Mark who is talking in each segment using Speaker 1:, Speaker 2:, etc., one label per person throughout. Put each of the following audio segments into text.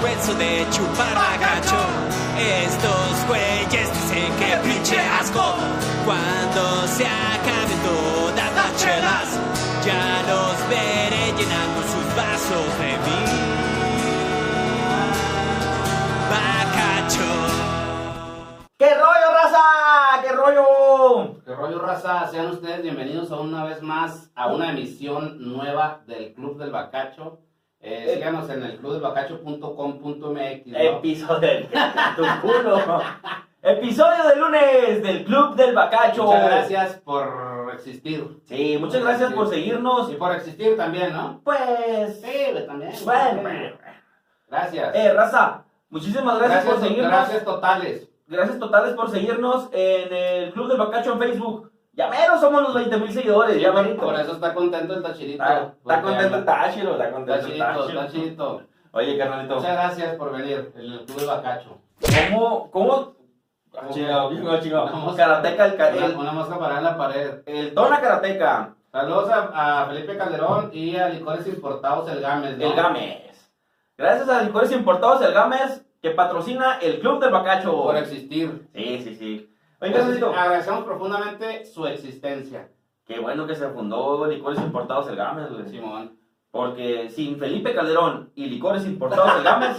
Speaker 1: canso de chupar gacho Estos güeyes dicen que pinche asco. Cuando se acaben todas las chelas, ya los veré llenando sus vasos de mí. Bacacho.
Speaker 2: ¡Qué rollo, raza! ¡Qué rollo!
Speaker 3: ¿Qué rollo, raza? Sean ustedes bienvenidos a una vez más a una emisión nueva del Club del Bacacho. Eh, síganos en el clubdelbacacho.com.mx. ¿no?
Speaker 2: Episodio del tu culo. Episodio de lunes del Club del Bacacho.
Speaker 3: Muchas gracias por existir.
Speaker 2: Sí, muchas gracias por seguirnos.
Speaker 3: Y por existir también, ¿no?
Speaker 2: Pues.
Speaker 3: Sí, güey, también.
Speaker 2: Bueno.
Speaker 3: Sí. Gracias.
Speaker 2: Eh, raza, muchísimas gracias, por
Speaker 3: to-
Speaker 2: seguirnos.
Speaker 3: gracias totales.
Speaker 2: Gracias totales por seguirnos en el Club del Bacacho en Facebook. Ya mero somos los 20 mil seguidores, ya merito.
Speaker 3: por eso está contento el tachirito.
Speaker 2: Ah, Está, está
Speaker 3: Porque-
Speaker 2: contento el Táchiro, está contento el
Speaker 3: Tachirito,
Speaker 2: Táchiro.
Speaker 3: tachirito.
Speaker 2: Oye, carnalito,
Speaker 3: Muchas gracias por venir, el Club del Bacacho.
Speaker 2: ¿cómo, cómo? Ah,
Speaker 3: ¿Cómo?
Speaker 2: Chingado, chingado, chingado.
Speaker 3: Vamos.
Speaker 2: Karateca, el, ca-
Speaker 3: Una,
Speaker 2: el,
Speaker 3: una mosca para en la pared.
Speaker 2: el Tona Karateca,
Speaker 3: Saludos a, a Felipe Calderón y a Licores Importados, el Gámez. ¿no?
Speaker 2: el Games. Gracias a Licores Importados, el Games, que patrocina el Club del Bacacho.
Speaker 3: Por existir.
Speaker 2: Sí, sí, sí. Oye,
Speaker 3: Entonces,
Speaker 2: carnalito,
Speaker 3: agradecemos profundamente su existencia,
Speaker 2: qué bueno que se fundó Licores Importados, el Games, güey.
Speaker 3: Simón.
Speaker 2: Porque sin Felipe Calderón y licores importados de Games,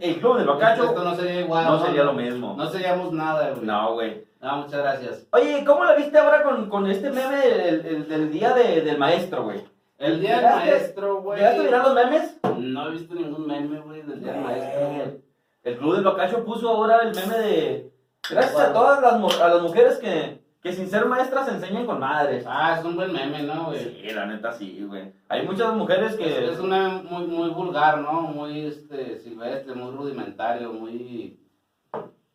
Speaker 2: el club del Bacacho
Speaker 3: Esto no sería igual.
Speaker 2: no sería lo mismo.
Speaker 3: No seríamos nada, güey.
Speaker 2: No, güey.
Speaker 3: No, muchas gracias.
Speaker 2: Oye, ¿cómo la viste ahora con, con este meme del, del- del día de- del maestro, güey?
Speaker 3: El día del
Speaker 2: ¿Llegaste-
Speaker 3: maestro, güey.
Speaker 2: ¿Llegaste a mirar los memes?
Speaker 3: No he visto ningún meme, güey, del día del maestro, güey.
Speaker 2: Eh, El club del Bacacho puso ahora el meme de. Gracias a
Speaker 3: ¿Cuál?
Speaker 2: todas las, mu- a las mujeres que, que sin ser maestras enseñan con madres.
Speaker 3: Ah, es un buen meme, ¿no, güey?
Speaker 2: Sí, la neta sí, güey. Hay muchas mujeres
Speaker 3: Es, es
Speaker 2: que.
Speaker 3: un meme muy, muy vulgar, ¿no? Muy este, silvestre, muy rudimentario, muy.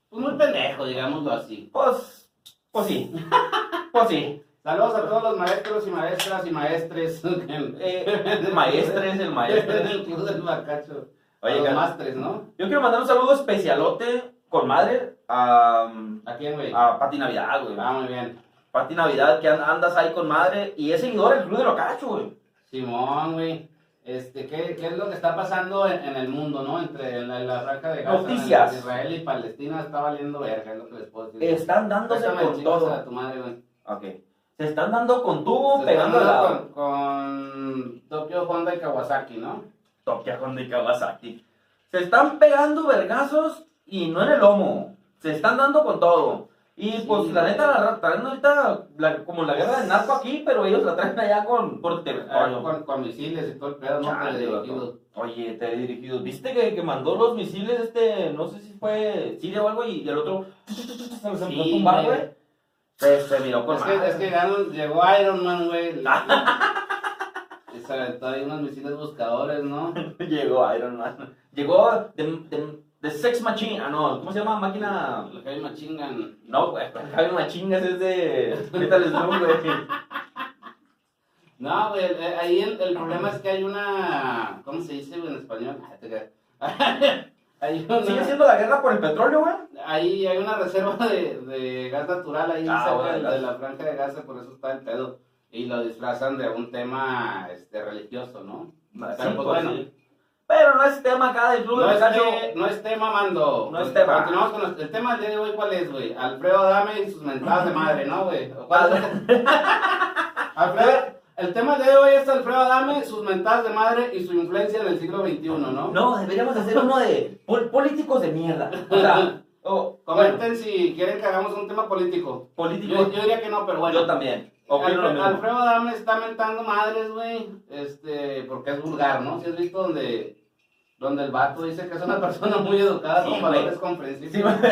Speaker 3: Pues muy pendejo, digámoslo así.
Speaker 2: Pues. Pues sí. Pues sí.
Speaker 3: Saludos a todos los maestros y maestras y maestres.
Speaker 2: Eh, el maestre es el maestre.
Speaker 3: El club del bacacho.
Speaker 2: Oye,
Speaker 3: a los
Speaker 2: Gal-
Speaker 3: maestres, ¿no?
Speaker 2: Yo quiero mandar un saludo especialote con madre a,
Speaker 3: ¿A quién, güey?
Speaker 2: a Pati Navidad, güey.
Speaker 3: Ah, muy bien.
Speaker 2: Pati Navidad, que an- andas ahí con madre y es seguidor del Club de Locacho, güey.
Speaker 3: Simón, güey. Este, ¿qué, ¿Qué es lo que está pasando en, en el mundo, no? Entre la, la franja de Gaza,
Speaker 2: Noticias.
Speaker 3: Israel y Palestina está valiendo verga, es lo que les puedo decir.
Speaker 2: Están dándose
Speaker 3: Préstame
Speaker 2: con
Speaker 3: chingas A
Speaker 2: todo.
Speaker 3: tu madre, güey.
Speaker 2: Ok. Se están dando con tubo,
Speaker 3: Se
Speaker 2: pegando
Speaker 3: están
Speaker 2: al
Speaker 3: dando
Speaker 2: lado.
Speaker 3: con, con Tokio, Honda y Kawasaki, ¿no?
Speaker 2: Tokio Honda y Kawasaki. Se están pegando vergazos y no en el lomo. Se están dando con todo. Y
Speaker 3: Sí,
Speaker 2: pues la
Speaker 3: güey.
Speaker 2: neta la ra- traen ahorita la- como la guerra del narco aquí, pero ellos la traen allá con por
Speaker 3: Ah,
Speaker 2: territorio.
Speaker 3: Con, con misiles y todo el pedo, ¿no?
Speaker 2: Chale,
Speaker 3: Teledirigido.
Speaker 2: vato. Oye, te dirigido. ¿Viste que, que mandó los misiles este, no sé si fue Siria o algo, y, y el otro se los empezó a
Speaker 3: Sí,
Speaker 2: tumbar,
Speaker 3: güey.
Speaker 2: güey? Se, se miró con
Speaker 3: Es que,
Speaker 2: madre.
Speaker 3: es que ganaron- llegó Iron Man, güey. y se aventó ahí unos misiles buscadores, ¿no?
Speaker 2: Llegó Iron Man. Llegó The, The- The Sex Machine. Ah, no, ¿cómo se llama? Máquina.
Speaker 3: Lo que hay machingan.
Speaker 2: No, güey, Javi Machingas es de. Metal Slug, güey.
Speaker 3: No, güey, eh, ahí el, el problema es que hay una. ¿Cómo se dice güey, en español? Ah, te creas. hay
Speaker 2: ¿Sigue
Speaker 3: una.
Speaker 2: siendo la guerra por el petróleo, güey?
Speaker 3: Ahí hay una reserva de, de gas natural ahí
Speaker 2: Ah,
Speaker 3: cerca
Speaker 2: bueno,
Speaker 3: de,
Speaker 2: gas.
Speaker 3: de la franja de Gaza, por eso está el pedo. Y lo disfrazan de un tema este, religioso, ¿no?
Speaker 2: Sí,
Speaker 3: pues,
Speaker 2: pues,
Speaker 3: bueno.
Speaker 2: sí. Pero no es tema acá del club
Speaker 3: No
Speaker 2: de
Speaker 3: esté,
Speaker 2: Cacho.
Speaker 3: no esté mamando.
Speaker 2: No esté mamando.
Speaker 3: Continuamos con los- el tema del día de hoy, ¿cuál es, güey? Alfredo Adame y sus mentadas de madre, ¿no, güey? ¿O cuál es? Alfredo, el tema del día de hoy es Alfredo Adame, sus mentadas de madre y su influencia en el siglo XXI, ¿no?
Speaker 2: No, deberíamos hacer uno de pol- políticos de mierda. O sea, o-
Speaker 3: Comenten si quieren que hagamos un tema político.
Speaker 2: políticos.
Speaker 3: Yo,
Speaker 2: Yo,
Speaker 3: yo diría que no, pero bueno.
Speaker 2: también. Opino lo
Speaker 3: Alfredo,
Speaker 2: mismo.
Speaker 3: Alfredo Adame está mentando madres, güey. Este, porque es vulgar, ¿no? Si has visto donde, donde el vato dice que es una persona muy educada,
Speaker 2: Sí,
Speaker 3: con
Speaker 2: güey.
Speaker 3: valores
Speaker 2: Sí,
Speaker 3: comprensivos.
Speaker 2: güey.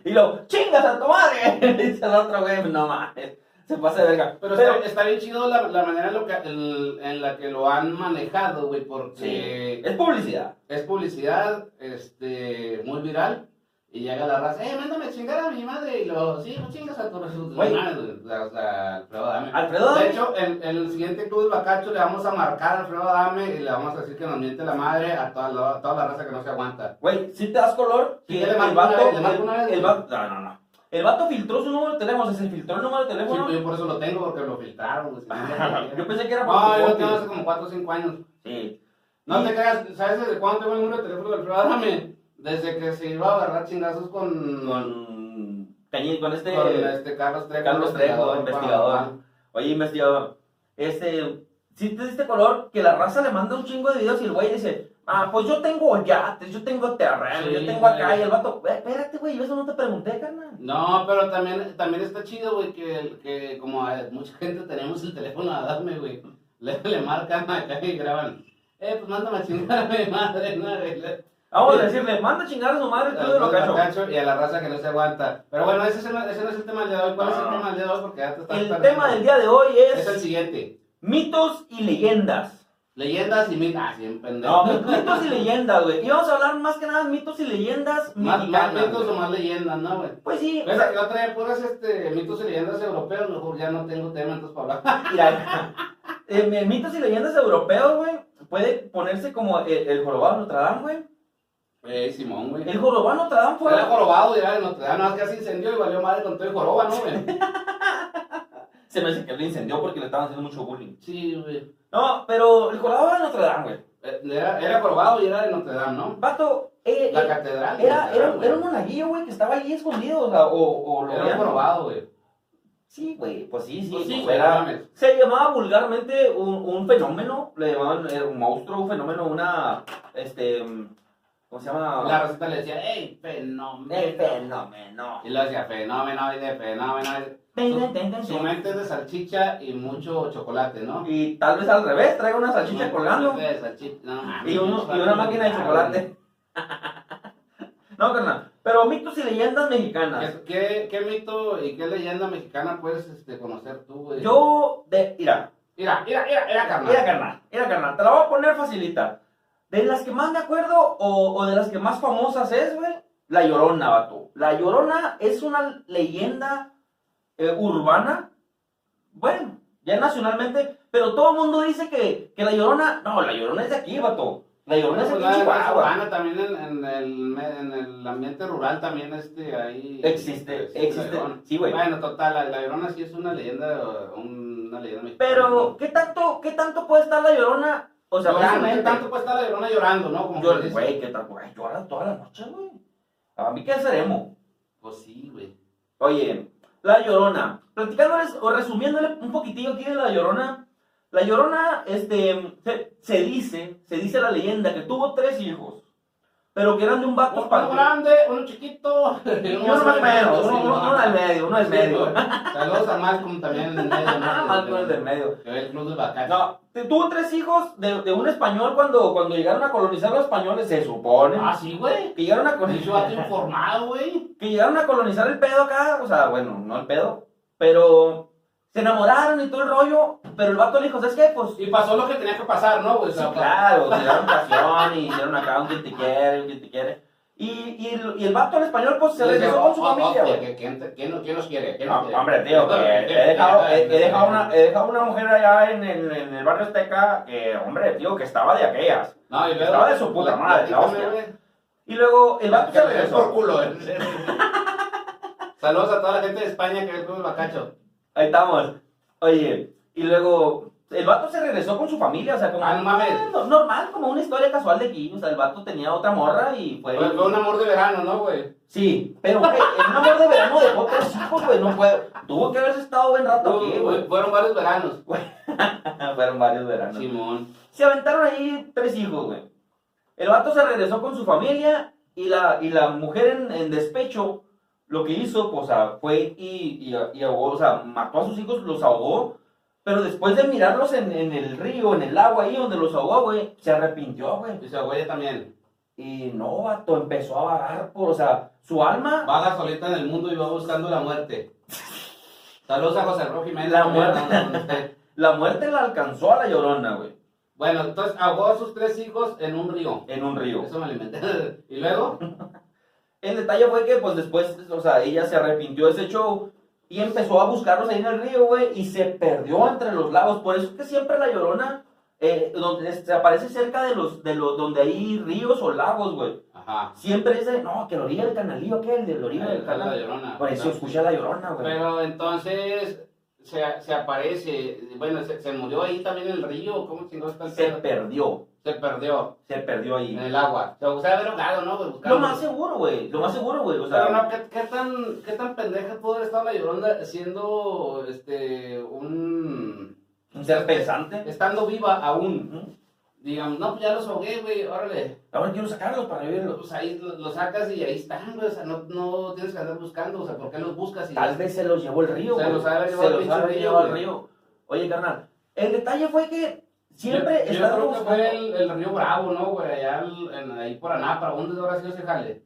Speaker 2: y lo chingas a tu madre. Dice el otro güey, no mames. Se pasa de verga.
Speaker 3: Pero, está, está bien chido la, la manera en, lo que, el- en la que lo han manejado, güey, porque
Speaker 2: es publicidad.
Speaker 3: es publicidad este, muy viral y llega la raza, eh, mándame a chingar a mi madre, y lo, sí, no chingas a tu resultado,
Speaker 2: Güey.
Speaker 3: o sea, Alfredo Adame.
Speaker 2: Alfredo Adame.
Speaker 3: De hecho, en, en el siguiente club del Bacacho le vamos a marcar a Alfredo Adame y le vamos a decir que nos miente la madre a toda la, a toda la raza que no se aguanta.
Speaker 2: Güey, si te das color,
Speaker 3: Sí,
Speaker 2: que
Speaker 3: le marco
Speaker 2: el
Speaker 3: una
Speaker 2: vato.
Speaker 3: vez, le marco una vez,
Speaker 2: el
Speaker 3: güey.
Speaker 2: vato- No, no, no. El vato filtró su número de teléfono. o sea, se filtró el número de
Speaker 3: Sí,
Speaker 2: teléfono.
Speaker 3: pues yo por eso lo tengo, porque lo filtraron. güey, si no, no lo
Speaker 2: yo
Speaker 3: quería.
Speaker 2: pensé que era por
Speaker 3: No,
Speaker 2: tu
Speaker 3: yo lo
Speaker 2: compi.
Speaker 3: tengo hace como 4 o 5 años.
Speaker 2: Sí.
Speaker 3: No te creas, ¿sabes desde cuándo tengo el número de teléfono de Alfredo Adame? Desde que se iba a agarrar chingazos con, con,
Speaker 2: Con, Cañi- con este,
Speaker 3: este Carlos Trejo.
Speaker 2: Carlos Trejo,
Speaker 3: en
Speaker 2: investigador.
Speaker 3: Panamá.
Speaker 2: Oye, investigador, este, si te diste color que la raza le manda un chingo de videos y el güey dice, ah, pues yo tengo yates, yo tengo terreno,
Speaker 3: Sí,
Speaker 2: yo tengo acá,
Speaker 3: güey.
Speaker 2: y el vato, "Eh, espérate, güey, yo eso no te pregunté, carnal.
Speaker 3: No, pero también, también está chido, güey, que, que como a ver, mucha gente tenemos el teléfono a darme, güey. Le, le marcan acá y graban. Eh, pues mándame a chingar a mi madre, ¿no? güey? Le-
Speaker 2: Vamos a decirle, manda a chingar a su madre, tú de lo
Speaker 3: al
Speaker 2: cacho.
Speaker 3: cacho y a la raza que no se aguanta. Pero bueno, ese, es el- ese no es el tema del día de hoy. ¿Cuál es el
Speaker 2: No.
Speaker 3: tema del día de hoy? Porque ya te estás
Speaker 2: El
Speaker 3: perdiendo.
Speaker 2: tema del día de hoy
Speaker 3: es el
Speaker 2: es
Speaker 3: siguiente.
Speaker 2: mitos y leyendas.
Speaker 3: Leyendas y mitos. Ah, sí, un
Speaker 2: No,
Speaker 3: pendejo.
Speaker 2: mitos y leyendas, güey. Y vamos a hablar más que nada de mitos y leyendas
Speaker 3: más, más
Speaker 2: mexicanas.
Speaker 3: mitos o
Speaker 2: güey.
Speaker 3: más leyendas, ¿no, güey?
Speaker 2: Pues sí, o
Speaker 3: Pese
Speaker 2: sea,
Speaker 3: que yo traía puras este, mitos y leyendas europeos, mejor ya no tengo tema entonces para hablar.
Speaker 2: Mira, en en mitos y leyendas europeos, güey, puede ponerse como el, el jorobado de Notre Dame, güey.
Speaker 3: Eh, Simón, güey.
Speaker 2: El jorobado de Notre Dame fue...
Speaker 3: Era jorobado y era de Notre Dame, nada más que se incendió y valió madre con todo el joroba, ¿no, güey?
Speaker 2: Se me hace que lo incendió porque le estaban haciendo mucho bullying.
Speaker 3: Sí, güey.
Speaker 2: No, pero el jorobado de Notre Dame, güey.
Speaker 3: Eh, Era, era jorobado y era de Notre Dame, ¿no?
Speaker 2: Pato, eh,
Speaker 3: La
Speaker 2: eh,
Speaker 3: catedral. de
Speaker 2: era,
Speaker 3: Notre
Speaker 2: era,
Speaker 3: Dame,
Speaker 2: era un
Speaker 3: güey.
Speaker 2: monaguillo, güey, que estaba ahí escondido, o sea, o, o lo
Speaker 3: Era un
Speaker 2: veían.
Speaker 3: jorobado, güey.
Speaker 2: Sí, güey, pues sí, sí,
Speaker 3: Pues sí,
Speaker 2: pues
Speaker 3: güey,
Speaker 2: era-
Speaker 3: no mames.
Speaker 2: Se llamaba vulgarmente un, un fenómeno, le llamaban eh, un monstruo, un fenómeno, una, este, ¿cómo se llama?
Speaker 3: La receta le decía, ¡ey, fenómeno!
Speaker 2: El fenómeno.
Speaker 3: Y lo decía, fenómeno, y de fenómeno. y- Su mente es de salchicha y mucho chocolate, ¿no?
Speaker 2: Y tal vez al revés, traiga una salchicha
Speaker 3: No,
Speaker 2: colgando
Speaker 3: de salchicha, Ah, no,
Speaker 2: y, uno- y una
Speaker 3: salchicha,
Speaker 2: máquina de
Speaker 3: güey.
Speaker 2: chocolate. no, carnal, pero mitos y leyendas mexicanas.
Speaker 3: ¿Qué, qué, qué mito y qué leyenda mexicana puedes este, conocer tú, güey?
Speaker 2: Yo, de, mira,
Speaker 3: Mira, mira, mira, mira, carnal.
Speaker 2: mira carnal, mira carnal, te la voy a poner facilita. De las que más me acuerdo o, o de las que más famosas es, güey, La Llorona, vato. La Llorona es una leyenda eh, urbana, bueno, ya nacionalmente, pero todo el mundo dice que, que La Llorona, no, La Llorona es de aquí, vato. La Llorona es de
Speaker 3: Pues
Speaker 2: aquí,
Speaker 3: la- la
Speaker 2: Chihuahua.
Speaker 3: urbana también en, en el, me- en el ambiente rural también este ahí
Speaker 2: Existe, existe,
Speaker 3: la llorona.
Speaker 2: sí, güey.
Speaker 3: Bueno, total, la, la llorona sí es una leyenda, una leyenda mexicana.
Speaker 2: Pero,
Speaker 3: ¿no?
Speaker 2: ¿qué tanto, qué tanto puede estar la llorona? O sea,
Speaker 3: Llorando, ¿qué
Speaker 2: precisamente-
Speaker 3: tanto puede estar la llorona llorando, no? Como que
Speaker 2: Yo,
Speaker 3: dice,
Speaker 2: güey, ¿qué tanto? Güey, llora toda la noche, güey. A mí, ¿qué haremos?
Speaker 3: Pues sí, güey.
Speaker 2: Oye, la llorona. Platicándoles o resumiéndole un poquitillo aquí de la llorona. La llorona, este, se, se dice, se dice la leyenda que tuvo tres hijos, pero que eran de un vato
Speaker 3: Uno
Speaker 2: espantoso.
Speaker 3: grande, uno chiquito, y
Speaker 2: Uno más o menos, uno,
Speaker 3: sí,
Speaker 2: uno- uno del medio, uno del
Speaker 3: Sí,
Speaker 2: medio.
Speaker 3: güey. Saludos a Malcolm también en el medio.
Speaker 2: Ah, más o menos del medio.
Speaker 3: Que ve el club de vacaciones.
Speaker 2: No, te- tuvo tres hijos de, de un español cuando, cuando llegaron a colonizar los españoles, se supone.
Speaker 3: Ah, sí, güey.
Speaker 2: que, llegaron a
Speaker 3: Pinche vato
Speaker 2: colonizar,
Speaker 3: informado, güey.
Speaker 2: que llegaron a colonizar el pedo acá, o sea, bueno, no el pedo, pero se enamoraron y todo el rollo, pero el vato le dijo, ¿sabes qué? Pues, sí,
Speaker 3: Y pasó lo que tenía que pasar, ¿no,
Speaker 2: Pues,
Speaker 3: güey? O sea,
Speaker 2: claro, se dieron pasión y hicieron acá un quien te quiere, un quien te quiere. Y, y, el- y el vato, el español, pues, se
Speaker 3: Dice,
Speaker 2: regresó con su
Speaker 3: "Oh, oh,
Speaker 2: familia,
Speaker 3: oh,
Speaker 2: güey.
Speaker 3: que- ¿Quién te- quién- quién los quiere? ¿Quién
Speaker 2: No,
Speaker 3: los quiere? eh,
Speaker 2: hombre, tío, que he dejado, he, he dejado una, eh, he dejado una mujer allá en, el- en el barrio Azteca que, hombre, tío, que estaba de aquellas.
Speaker 3: No, y luego-
Speaker 2: Estaba de su puta madre, la hostia.
Speaker 3: güey.
Speaker 2: Y luego el vato
Speaker 3: Que
Speaker 2: se
Speaker 3: le den por
Speaker 2: regresó.
Speaker 3: culo, en
Speaker 2: eh.
Speaker 3: serio. Saludos a toda la gente de España que ve el club de bacacho.
Speaker 2: Ahí estamos. Oye, y luego el vato se regresó con su familia, o sea, como
Speaker 3: Ah, no mames.
Speaker 2: Ah, no- normal, como una historia casual de aquí, o sea, el vato tenía otra morra y fue
Speaker 3: Fue fue un amor de verano, ¿no, güey?
Speaker 2: Sí, pero güey, en un amor de verano dejó tres hijos, güey, no fue. Tuvo que haberse estado buen rato aquí, güey.
Speaker 3: Fueron varios veranos.
Speaker 2: Fueron varios veranos.
Speaker 3: Simón.
Speaker 2: Se aventaron ahí tres hijos, güey. El vato se regresó con su familia y la, y la mujer en, en despecho lo que hizo, pues, o sea, fue y, y, y ahogó, o sea, mató a sus hijos, los ahogó. Pero después de mirarlos en, en el río, en el agua ahí donde los ahogó, güey, se arrepintió, güey.
Speaker 3: Y su abuela también.
Speaker 2: Y no, vato, empezó a vagar por, o sea, su alma
Speaker 3: Vaga solita en el mundo y va buscando la muerte. Saludos a José Rojo Jiménez.
Speaker 2: La
Speaker 3: que ve
Speaker 2: muerte.
Speaker 3: donde- donde esté.
Speaker 2: La muerte la alcanzó a la llorona, güey,
Speaker 3: Bueno, entonces ahogó a sus tres hijos en un río.
Speaker 2: en un río.
Speaker 3: Eso me lo inventé. Y luego,
Speaker 2: El detalle fue que, pues después, o sea, ella se arrepintió de ese show y empezó a buscarlos ahí en el río, güey, y se perdió entre los lagos. Por eso es que siempre la llorona eh, donde se aparece cerca de los, de los, donde hay ríos o lagos, güey.
Speaker 3: ajá.
Speaker 2: Siempre dice, no, que la orilla del canalillo, que el de la orilla del
Speaker 3: La
Speaker 2: canal.
Speaker 3: llorona.
Speaker 2: Por eso escucha la llorona, güey.
Speaker 3: Pero entonces se, se aparece, bueno, se, se murió ahí también en el río, ¿cómo chingados está el
Speaker 2: Se
Speaker 3: pedo?
Speaker 2: perdió.
Speaker 3: Se Se perdió
Speaker 2: Se perdió ahí.
Speaker 3: en el agua. O sea, haber ahogado, ¿no? güey? Buscando.
Speaker 2: Lo más seguro, güey. Lo más seguro, güey. O sea,
Speaker 3: Pero no, ¿qué, qué tan, ¿qué tan pendeja pudo haber estado la llorona siendo este un.
Speaker 2: un ser pensante.
Speaker 3: estando viva aún?
Speaker 2: Ujú.
Speaker 3: Digamos, no, pues ya los ahogué, güey, órale.
Speaker 2: Ahora quiero sacarlos para vivirlos.
Speaker 3: Pues ahí lo, lo sacas y ahí están, güey. O sea, no, no tienes que andar buscando, o sea, ¿por qué los buscas? Y
Speaker 2: Tal vez se los llevó el río,
Speaker 3: Se
Speaker 2: güey.
Speaker 3: los ha llevado
Speaker 2: Se
Speaker 3: el
Speaker 2: los
Speaker 3: pinche
Speaker 2: ha
Speaker 3: río,
Speaker 2: llevado el
Speaker 3: güey.
Speaker 2: río. Oye, carnal, el detalle fue que siempre
Speaker 3: yo, yo
Speaker 2: estaban
Speaker 3: creo que
Speaker 2: buscando-
Speaker 3: fue el, el río Bravo, ¿no, güey? Allá el- en- ahí por Anapa, ¿dónde habrá sido ese jale?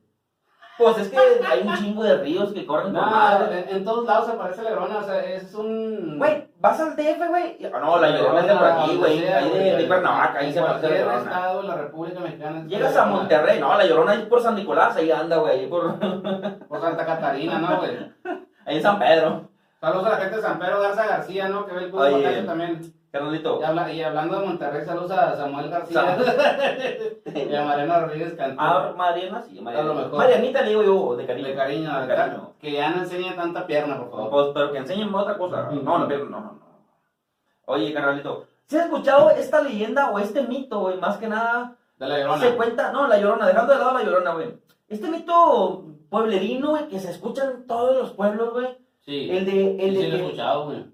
Speaker 2: Pues es que hay un chingo de ríos que corren por
Speaker 3: Nada,
Speaker 2: madre.
Speaker 3: en, en todos lados aparece la llorona, o sea, es un.
Speaker 2: Güey, vas al DF, güey. y- ah, No, la llorona es de por aquí, güey. Ahí de, de Cuernavaca, ahí se aparece la
Speaker 3: cualquier
Speaker 2: llorona.
Speaker 3: estado de la República Mexicana. es
Speaker 2: Llegas
Speaker 3: la
Speaker 2: a
Speaker 3: llorona.
Speaker 2: Monterrey, no, la llorona es por San Nicolás, ahí anda, güey. Ahí, por...
Speaker 3: Por Santa Catarina, ¿no, güey?
Speaker 2: ahí en San Pedro.
Speaker 3: Saludos a la gente de San Pedro Garza García, ¿no? Que ve el fútbol
Speaker 2: Oye.
Speaker 3: acá también.
Speaker 2: Carnalito.
Speaker 3: Y, habla- y hablando de Monterrey, saludos a Samuel García. y a Mariano Rodríguez Cantú.
Speaker 2: Ah, Mariana, sí,
Speaker 3: A lo
Speaker 2: Mariana.
Speaker 3: mejor.
Speaker 2: Marianita le digo yo, de cariño.
Speaker 3: de cariño, de
Speaker 2: De cariño.
Speaker 3: Que ya no enseñe tanta pierna, por favor.
Speaker 2: Pues, pero que enseñen otra cosa.
Speaker 3: Ujú.
Speaker 2: No, no, pero no, no, no. Oye, carnalito, ¿se has escuchado esta leyenda o este mito, güey? Más que nada,
Speaker 3: De la llorona.
Speaker 2: se cuenta, no, la llorona, dejando de lado la llorona, güey. Este mito pueblerino, güey, que se escucha en todos los pueblos, güey.
Speaker 3: Sí.
Speaker 2: El de, el de,
Speaker 3: Sí, sí lo he
Speaker 2: que,
Speaker 3: escuchado, güey.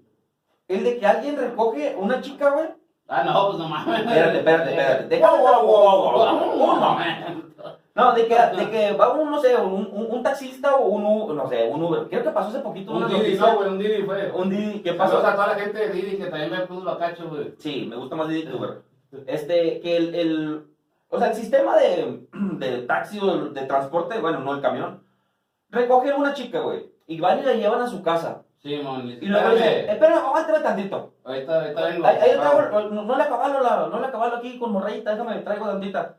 Speaker 2: el de que alguien recoge una chica, güey.
Speaker 3: Ah, no, pues no mames.
Speaker 2: Espérate, espérate, espérate. Deja-
Speaker 3: Wow, wow, wow, wow, wow.
Speaker 2: Un momento. No, de que, de que va un, no sé, un, un, un taxista o un, U- no sé, un Uber. Creo que pasó hace poquito
Speaker 3: Un
Speaker 2: una
Speaker 3: Didi,
Speaker 2: noticia.
Speaker 3: no, güey, un Didi fue.
Speaker 2: Un Didi, ¿qué pasó?
Speaker 3: Saludos a toda la gente de Didi que también ve Cruz Bacacho, güey.
Speaker 2: Sí, me gusta más de youtuber. Este, que el, el- o sea, el sistema de, de taxi o de transporte, bueno, no el camión, recogen una chica, güey, y van y la llevan a su casa.
Speaker 3: Sí, mon,
Speaker 2: Y luego dicen,
Speaker 3: espérame.
Speaker 2: espera, aguántame tantito.
Speaker 3: Ahorita, ahorita
Speaker 2: Ahí,
Speaker 3: vengo.
Speaker 2: ahí le traigo, no, no le acabalo, la- no le acabalo aquí con morrayita, déjame, le traigo tantita.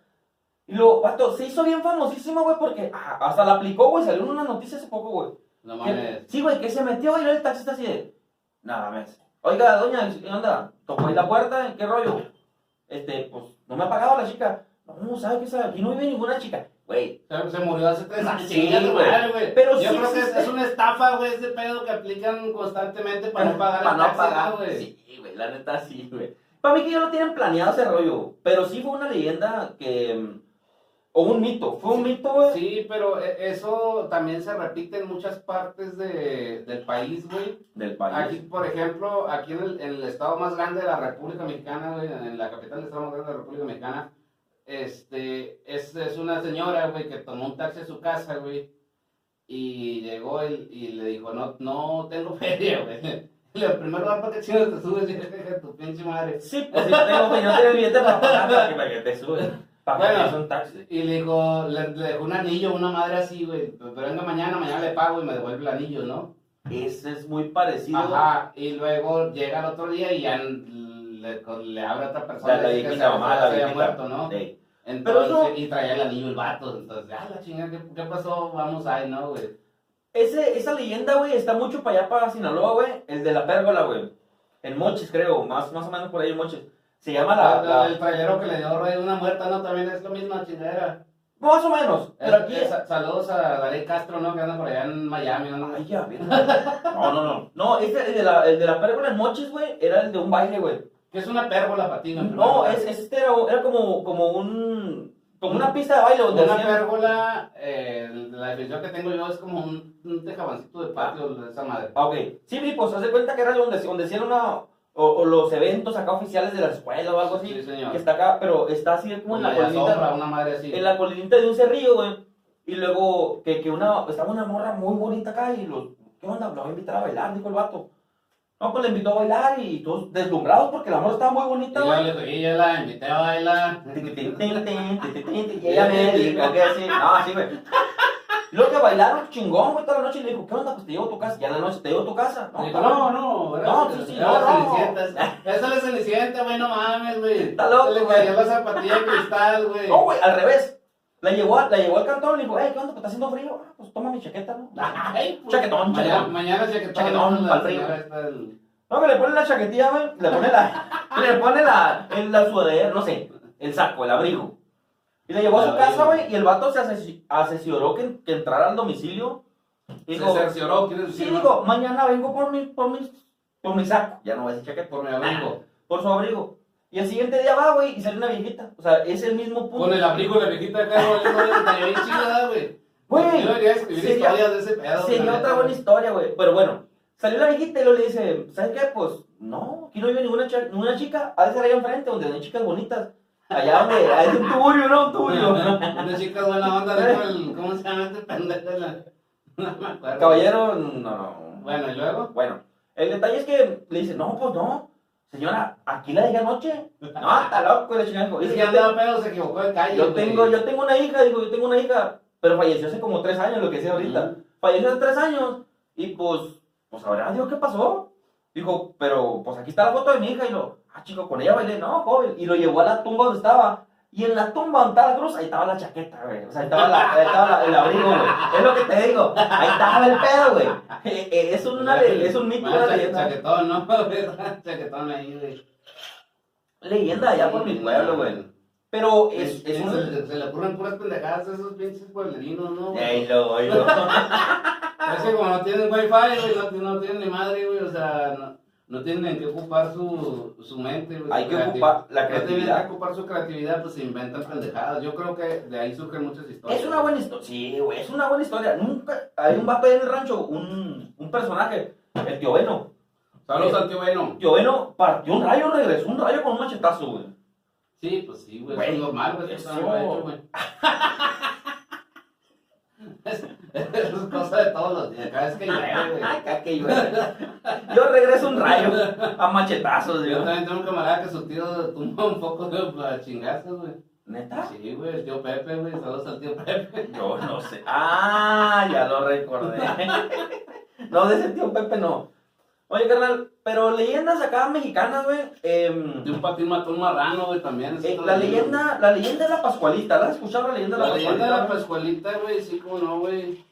Speaker 2: Y luego, vato, se hizo bien famosísima, güey, porque ah, hasta la aplicó, güey, salió en una noticia hace poco, güey.
Speaker 3: No
Speaker 2: Que-
Speaker 3: mames.
Speaker 2: Sí, güey, que se metió y luego el taxista así de. Nada más. Oiga, doña, ¿qué onda? Tocó ahí la puerta, ¿qué rollo? Este, pues, no me ha pagado la chica. No, ¿sabe qué sabe? Aquí no vive ninguna chica. Güey,
Speaker 3: Se, se murió hace tres
Speaker 2: Ah,
Speaker 3: años.
Speaker 2: sí,
Speaker 3: Chinga tu
Speaker 2: güey.
Speaker 3: madre, güey.
Speaker 2: Pero
Speaker 3: Yo
Speaker 2: sí
Speaker 3: creo que es,
Speaker 2: existe.
Speaker 3: es una estafa, güey, ese pedo que aplican constantemente para no pagar
Speaker 2: Para
Speaker 3: el
Speaker 2: no
Speaker 3: taxi,
Speaker 2: pagar,
Speaker 3: ¿no, güey.
Speaker 2: Sí, güey, la neta sí, güey. Para mí que ellos no tienen planeado ese rollo. Pero sí fue una leyenda que. mm, O un mito. Fue un mito, güey.
Speaker 3: Sí, pero e- eso también se repite en muchas partes de, del país, güey.
Speaker 2: Del país.
Speaker 3: Aquí, por ejemplo, aquí en el, en el estado más grande de la República Mexicana, güey, en la capital del estado más grande de la República Mexicana, este, es, es una señora, güey, que tomó un taxi a su casa, güey, y llegó el- y le dijo, no, no tengo feria, güey. Le dijo, en primer lugar, ¿para qué chingas te subes? Y le dije, tu pinche madre.
Speaker 2: Sí, pues sí, tengo, güey, no tengo billete para pagar para que, para que te sube. Para
Speaker 3: Bueno.
Speaker 2: que te un taxi.
Speaker 3: Y le dijo, le, le dejó un anillo, una madre así, güey, pero venga mañana, mañana le pago y me devuelve el anillo, ¿no?
Speaker 2: Ese es muy parecido.
Speaker 3: Ajá, y luego llega el otro día y ya le, con- le habla a otra persona.
Speaker 2: La, la
Speaker 3: dice que
Speaker 2: viejita
Speaker 3: se-
Speaker 2: mamá,
Speaker 3: se
Speaker 2: la
Speaker 3: había
Speaker 2: viejita.
Speaker 3: muerto, ¿no?
Speaker 2: Sí.
Speaker 3: Entonces,
Speaker 2: Pero eso-
Speaker 3: y traía el anillo el vato, entonces, ah, la chingada, ¿qué, qué pasó? Vamos ahí, ¿no, güey?
Speaker 2: Ese, esa leyenda, güey, está mucho para allá, para Sinaloa, güey. El de la pérgola, güey. En Mochis, creo. Más, más o menos por ahí en Mochis. Se llama la... la-
Speaker 3: El trailero que le dio rueda de una muerta, ¿no? También es lo mismo, chingadera.
Speaker 2: Más o menos. Pero
Speaker 3: Es-
Speaker 2: aquí...
Speaker 3: es- saludos a Darío Castro, ¿no? Que anda por allá en Miami, ¿no?
Speaker 2: Ay, ya, mira. No, no, no. No, este, el de la, el de la pérgola en Mochis, güey, era el de un baile, güey.
Speaker 3: Que es una pérgola para ti,
Speaker 2: No, es, es- este era, era como, como un... Como una pista de baile donde
Speaker 3: Una
Speaker 2: hacían-
Speaker 3: pérgola, eh, la definición que tengo yo es como un, un tejabancito de patio, de esa madre.
Speaker 2: Ah, ok. Sí, vi, pues, haz de cuenta que era donde, donde hacían una... O, o los eventos acá oficiales de la escuela o algo así.
Speaker 3: Sí, señor.
Speaker 2: que está acá, pero está así como en la
Speaker 3: Una sombra,
Speaker 2: colinita,
Speaker 3: una madre así.
Speaker 2: en la colinita de un cerrillo, güey. Y luego que, que una, estaba una morra muy bonita acá y los, ¿qué onda? La voy a invitar a bailar, dijo el vato. No, pues la invitó a bailar y todos deslumbrados porque la morra estaba muy
Speaker 3: Y
Speaker 2: bonita,
Speaker 3: yo
Speaker 2: güey.
Speaker 3: le dije, "Y yo la invité a bailar.
Speaker 2: Tin, tin, tin, tin, tin, tin, tin, Y ella me dijo que sí, no, sí, güey. Y Luego que bailaron chingón, güey, toda la noche y le dijo, ¿qué onda? Pues te llevo a tu casa, ya en la noche te llevo a tu casa. No,
Speaker 3: Dijo,
Speaker 2: está loco.
Speaker 3: no, no, era-
Speaker 2: No, pues, sí, sí,
Speaker 3: era
Speaker 2: no,
Speaker 3: la
Speaker 2: no.
Speaker 3: Cenicienta. Esa es la cenicienta, güey, no mames, güey.
Speaker 2: Está loco,
Speaker 3: Le
Speaker 2: güey.
Speaker 3: cayó la zapatilla de cristal, güey.
Speaker 2: No, güey, al revés. La llevó, a- la llevó al cantón y le dijo, "Ey, ¿qué onda? Pues está haciendo frío. Ah, pues toma mi chaqueta, ¿no?
Speaker 3: Ay, pues.
Speaker 2: Chaquetón,
Speaker 3: Mañana,
Speaker 2: chaquetón.
Speaker 3: mañana chaquetón.
Speaker 2: Chaquetón,
Speaker 3: la
Speaker 2: pa'l frío.
Speaker 3: señora esta, el-
Speaker 2: No, que le pone la chaquetilla, güey. Le pone la. le pone la. el- la sudadera, no sé. El saco, el abrigo. Y le llevó a su
Speaker 3: El
Speaker 2: casa,
Speaker 3: abrigo.
Speaker 2: güey. Y el vato se asesi- asesoró que, que entrara al domicilio. Y
Speaker 3: Se
Speaker 2: dijo.
Speaker 3: cercioró, quieres
Speaker 2: Sí,
Speaker 3: decir. ¿no?
Speaker 2: digo, mañana vengo por mi. por mi. por mi saco. Ya no voy a decir chaqueta.
Speaker 3: Por mi abrigo.
Speaker 2: Por su abrigo. Y el siguiente día va, güey, y sale una viejita. O sea, es el mismo punto.
Speaker 3: Con el abrigo de la viejita acá, güey, yo creo que estaría bien chida, güey.
Speaker 2: Güey,
Speaker 3: Yo debería escribir
Speaker 2: sería-
Speaker 3: historias de ese pedo.
Speaker 2: Sería
Speaker 3: la
Speaker 2: otra
Speaker 3: neta,
Speaker 2: buena
Speaker 3: güey.
Speaker 2: historia, güey. Pero bueno, salió la viejita y luego le dice, ¿sabes qué? Pues no, aquí no vive ninguna, cha- ninguna chica. Ha de ser allá enfrente, donde hay chicas bonitas. Allá, güey, ahí es un tuburio, ¿no? Un tuburio.
Speaker 3: Una chica buena onda, dijo el. ¿Cómo se llama este pendejo? La- No me acuerdo.
Speaker 2: Caballero, no, no.
Speaker 3: Bueno, y luego.
Speaker 2: Bueno, el detalle es que le dice, no, pues no. Señora, aquí la dejé anoche. No, está loco, le chingando.
Speaker 3: Es
Speaker 2: Dice,
Speaker 3: que
Speaker 2: yo, te-
Speaker 3: andaba pedo, se equivocó de calle.
Speaker 2: yo
Speaker 3: güey.
Speaker 2: tengo, yo tengo una hija, digo, yo tengo una hija. Pero falleció hace como tres años, lo que sea ahorita.
Speaker 3: Ujú.
Speaker 2: Falleció hace tres años. Y pues, pues ahora Dios, ¿qué pasó? Dijo, pero pues aquí está la foto de mi hija. Y lo, ah, chico, con ella bailé, no, joven. Y lo llevó a la tumba donde estaba. Y en la tumba donde estaba la cruz, ahí estaba la chaqueta, güey. O sea, ahí estaba, la, ahí estaba la- el abrigo, güey. Es lo que te digo. Ahí estaba el pedo, güey. Eh, eh, Es, una, le- es un mito,
Speaker 3: Bueno,
Speaker 2: una
Speaker 3: cha-
Speaker 2: leyenda.
Speaker 3: Chaquetón, ¿no? Chaquetón ahí, güey.
Speaker 2: Leyenda allá por mi pueblo, güey. Pero es, es
Speaker 3: Se-
Speaker 2: un...
Speaker 3: Se se le ocurren puras pendejadas a esos pinches pueblerinos, ¿no? güey?
Speaker 2: Ahí lo, ahí lo.
Speaker 3: Es que como no tienen wifi, güey, no, no tienen ni madre, güey, o sea, no, no tienen en qué ocupar su, su mente, güey. su
Speaker 2: Hay que
Speaker 3: creati-
Speaker 2: ocupar la
Speaker 3: no tienen
Speaker 2: creatividad.
Speaker 3: que ocupar su creatividad, pues se inventan pendejadas. Yo creo que de ahí surgen muchas historias.
Speaker 2: Es una buena historia. Sí, güey, es una buena historia. Nunca. Hay un vato ahí en el rancho, un, un personaje, el tío Beno.
Speaker 3: Saludos al tío Bueno.
Speaker 2: Tío Beno partió un rayo, regresó un rayo con un machetazo, güey.
Speaker 3: Sí, pues sí, güey,
Speaker 2: Güey,
Speaker 3: es normal, güey, eso
Speaker 2: eso-
Speaker 3: está mal hecho, güey. Es, es cosa de todos los días, cada vez que llueve, güey.
Speaker 2: Acá que yo, Ah, yo regreso un rayo a machetazos,
Speaker 3: Yo
Speaker 2: digo.
Speaker 3: también tengo un camarada que su tío tumba un poco de chingazos, güey.
Speaker 2: ¿Neta?
Speaker 3: Sí, güey, el tío Pepe, güey, saludos al tío Pepe.
Speaker 2: Yo no sé. Ah, ya lo recordé. No, de ese tío Pepe no. Oye, carnal, pero leyendas acá mexicanas, güey. em,
Speaker 3: De un patín mató un marrano, güey, también. es
Speaker 2: eh,
Speaker 3: otra
Speaker 2: la leyenda, la leyenda de la Pascualita, ¿la has escuchado la leyenda de la,
Speaker 3: La leyenda de la
Speaker 2: Pascualita?
Speaker 3: Pascualita, güey, sí, como no, güey.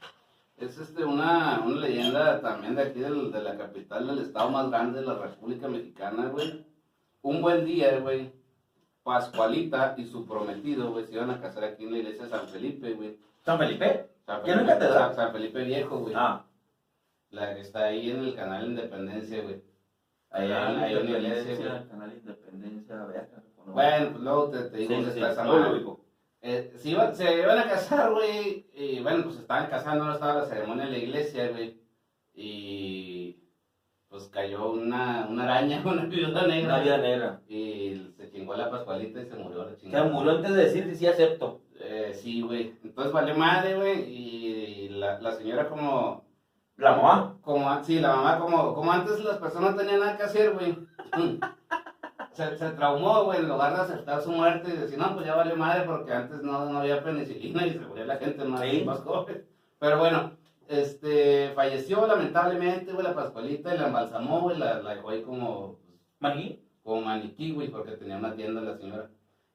Speaker 3: Es este, una, una leyenda también de aquí, del- de la capital del estado más grande de la República Mexicana, güey. Un buen día, güey, Pascualita y su prometido, güey, se iban a casar aquí en la iglesia de San Felipe, güey.
Speaker 2: ¿San Felipe?
Speaker 3: San
Speaker 2: ¿Tiene
Speaker 3: Felipe-
Speaker 2: catedral?
Speaker 3: San- San Felipe Viejo, güey.
Speaker 2: Ah,
Speaker 3: La que está ahí en el canal Independencia, güey. Ahí hay una iglesia, güey.
Speaker 2: Canal Independencia, Veracruz, ¿no?
Speaker 3: Bueno, pues luego te, te digo
Speaker 2: Sí,
Speaker 3: dónde
Speaker 2: sí,
Speaker 3: está
Speaker 2: sí,
Speaker 3: esa
Speaker 2: no
Speaker 3: madre.
Speaker 2: lo ubico.
Speaker 3: Eh, se, iban- se iban a casar, güey. Y bueno, pues estaban casando, no estaba la ceremonia en la iglesia, güey. Y pues cayó una, una araña, una viuda negra.
Speaker 2: Una vida negra.
Speaker 3: Y se chingó la pascualita y se murió la
Speaker 2: Se
Speaker 3: chingada.
Speaker 2: murió antes de decir sí acepto.
Speaker 3: Eh, sí, güey. Entonces valió madre, güey. Y la, la señora como...
Speaker 2: La mamá.
Speaker 3: Como, a- sí, la mamá como, como antes las personas no tenían nada que hacer, güey. Se, se traumó, güey, en lugar de aceptar su muerte y decir, no, pues ya valió madre porque antes no, no había penicilina y se moría la gente más,
Speaker 2: Sí.
Speaker 3: más joven. Pero bueno, este, falleció lamentablemente, güey, la Pascualita y la embalsamó, güey, la, la dejó ahí como,
Speaker 2: Maniquí.
Speaker 3: como maniquí, güey, porque tenía una tienda la señora.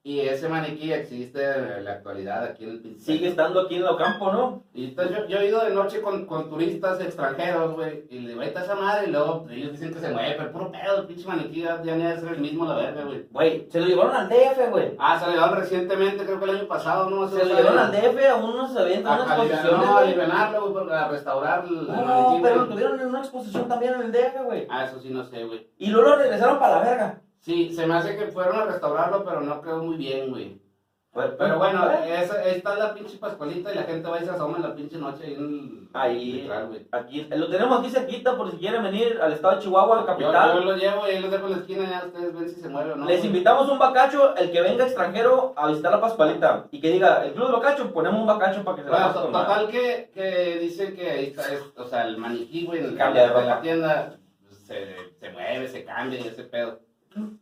Speaker 3: Y ese maniquí existe en la actualidad aquí en el Pincel.
Speaker 2: Sigue estando aquí en Ocampo, ¿no?
Speaker 3: Y entonces yo, yo he ido de noche con, con turistas extranjeros, güey, y le digo, ahí está esa madre, y luego pues, ellos dicen que se mueve, pero puro pedo, el pinche maniquí ya ya ni ha de ser el mismo la verga, güey.
Speaker 2: Güey, se lo llevaron al DF, güey.
Speaker 3: Ah, se lo llevaron recientemente, creo que el año pasado, ¿no?
Speaker 2: Se lo
Speaker 3: lo
Speaker 2: llevaron al DF a unos eventos,
Speaker 3: A,
Speaker 2: a unas
Speaker 3: a, aliviar-
Speaker 2: exposiciones.
Speaker 3: no, a
Speaker 2: güey.
Speaker 3: aliviarlo, güey, por- a restaurar el, el
Speaker 2: No,
Speaker 3: maniquí,
Speaker 2: pero lo
Speaker 3: güey.
Speaker 2: tuvieron en una exposición también en el DF, güey.
Speaker 3: Ah, eso sí, no sé, güey.
Speaker 2: Y luego lo regresaron para la verga.
Speaker 3: Sí, se me hace que fueron a restaurarlo, pero no quedó muy bien, güey. Pero bueno,
Speaker 2: ¿Eh?
Speaker 3: esa, está la pinche pascualita y la gente va y se asoma en la pinche noche ahí en el...
Speaker 2: Ahí.
Speaker 3: literal, güey.
Speaker 2: aquí, lo tenemos aquí cerquita por si quieren venir al estado de Chihuahua,
Speaker 3: Yo,
Speaker 2: capital.
Speaker 3: yo lo llevo y ahí los dejo en la esquina, ya ustedes ven si se mueve o no.
Speaker 2: Les
Speaker 3: güey.
Speaker 2: invitamos un bacacho, el que venga extranjero a visitar la Pascualita y que diga, el club bacacho, ponemos un bacacho para que se la
Speaker 3: Bueno,
Speaker 2: pase
Speaker 3: to-
Speaker 2: con madre".
Speaker 3: total que, que dice que ahí está, es- o sea, el maniquí, güey, en el
Speaker 2: Cambia de
Speaker 3: de
Speaker 2: ropa.
Speaker 3: la tienda se, se mueve, se cambia y ese pedo.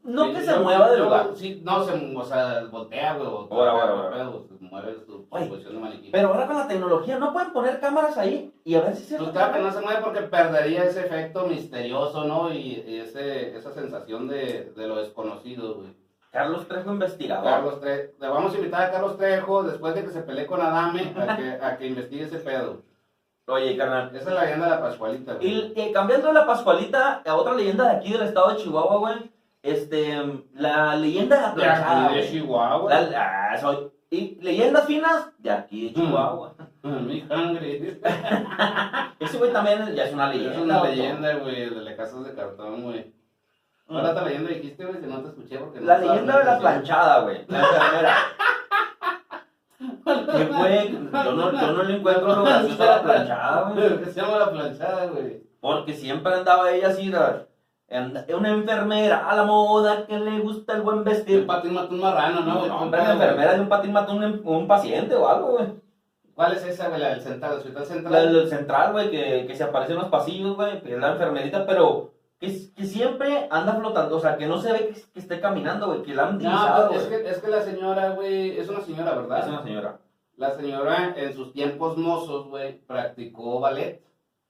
Speaker 2: No
Speaker 3: Sí,
Speaker 2: que se
Speaker 3: yo-
Speaker 2: mueva del
Speaker 3: yo-
Speaker 2: lugar.
Speaker 3: Sí, no, se, mu- o sea, voltea, güey, o
Speaker 2: Ahora,
Speaker 3: toca,
Speaker 2: ahora,
Speaker 3: güey,
Speaker 2: ahora.
Speaker 3: pedo, se mueve su
Speaker 2: Oye,
Speaker 3: posición de maniquí.
Speaker 2: Pero ahora con la tecnología, ¿no pueden poner cámaras ahí y a ver si se...
Speaker 3: Pues claro que no se mueve porque perdería ese efecto misterioso, ¿no? Y, y ese, esa sensación de, de lo desconocido, güey.
Speaker 2: Carlos Trejo investigador.
Speaker 3: Carlos Trejo, le vamos a invitar a Carlos Trejo después de que se pelee con Adame a que, a que investigue ese pedo.
Speaker 2: Oye, carnal.
Speaker 3: Esa es la leyenda de la Pascualita, güey.
Speaker 2: Y eh, cambiando de la Pascualita a otra leyenda de aquí del estado de Chihuahua, güey. Este, la leyenda de la
Speaker 3: De
Speaker 2: planchada,
Speaker 3: aquí de
Speaker 2: güey.
Speaker 3: Chihuahua. Mm.
Speaker 2: La- ah, soy- y leyendas finas de aquí de Chihuahua.
Speaker 3: Mi hungry.
Speaker 2: Ese güey también ya es una leyenda.
Speaker 3: Es una
Speaker 2: vato.
Speaker 3: leyenda, güey, de las casas de cartón, güey. ¿Cuál otra leyenda dijiste, güey? Si no te escuché porque no
Speaker 2: Mm. La
Speaker 3: estaba
Speaker 2: leyenda de la
Speaker 3: hablando,
Speaker 2: planchada, güey. La enfermera. ¿Qué fue? Yo no, yo no le encuentro lo gracioso a la planchada, güey.
Speaker 3: güey. Se llama la planchada, güey.
Speaker 2: Porque siempre andaba ella así, la- and- una enfermera a la moda que le gusta el buen
Speaker 3: El
Speaker 2: vestir.
Speaker 3: patín mató un marrano, ¿no?
Speaker 2: No,
Speaker 3: güey?
Speaker 2: hombre, la enfermera de un patín mató un, em- un paciente o algo, güey.
Speaker 3: ¿Cuál es esa, güey? La del central, la hospital central.
Speaker 2: La del central, güey, que, que se aparece en los pasillos, güey, que es la enfermerita, pero que, s- que siempre anda flotando, o sea, que no se ve que, que esté caminando, güey, que la han
Speaker 3: No,
Speaker 2: utilizado,
Speaker 3: pues, es
Speaker 2: güey.
Speaker 3: que, es que la señora, güey, es una señora, ¿verdad?
Speaker 2: Es una señora.
Speaker 3: La señora en sus tiempos mozos, güey, practicó ballet.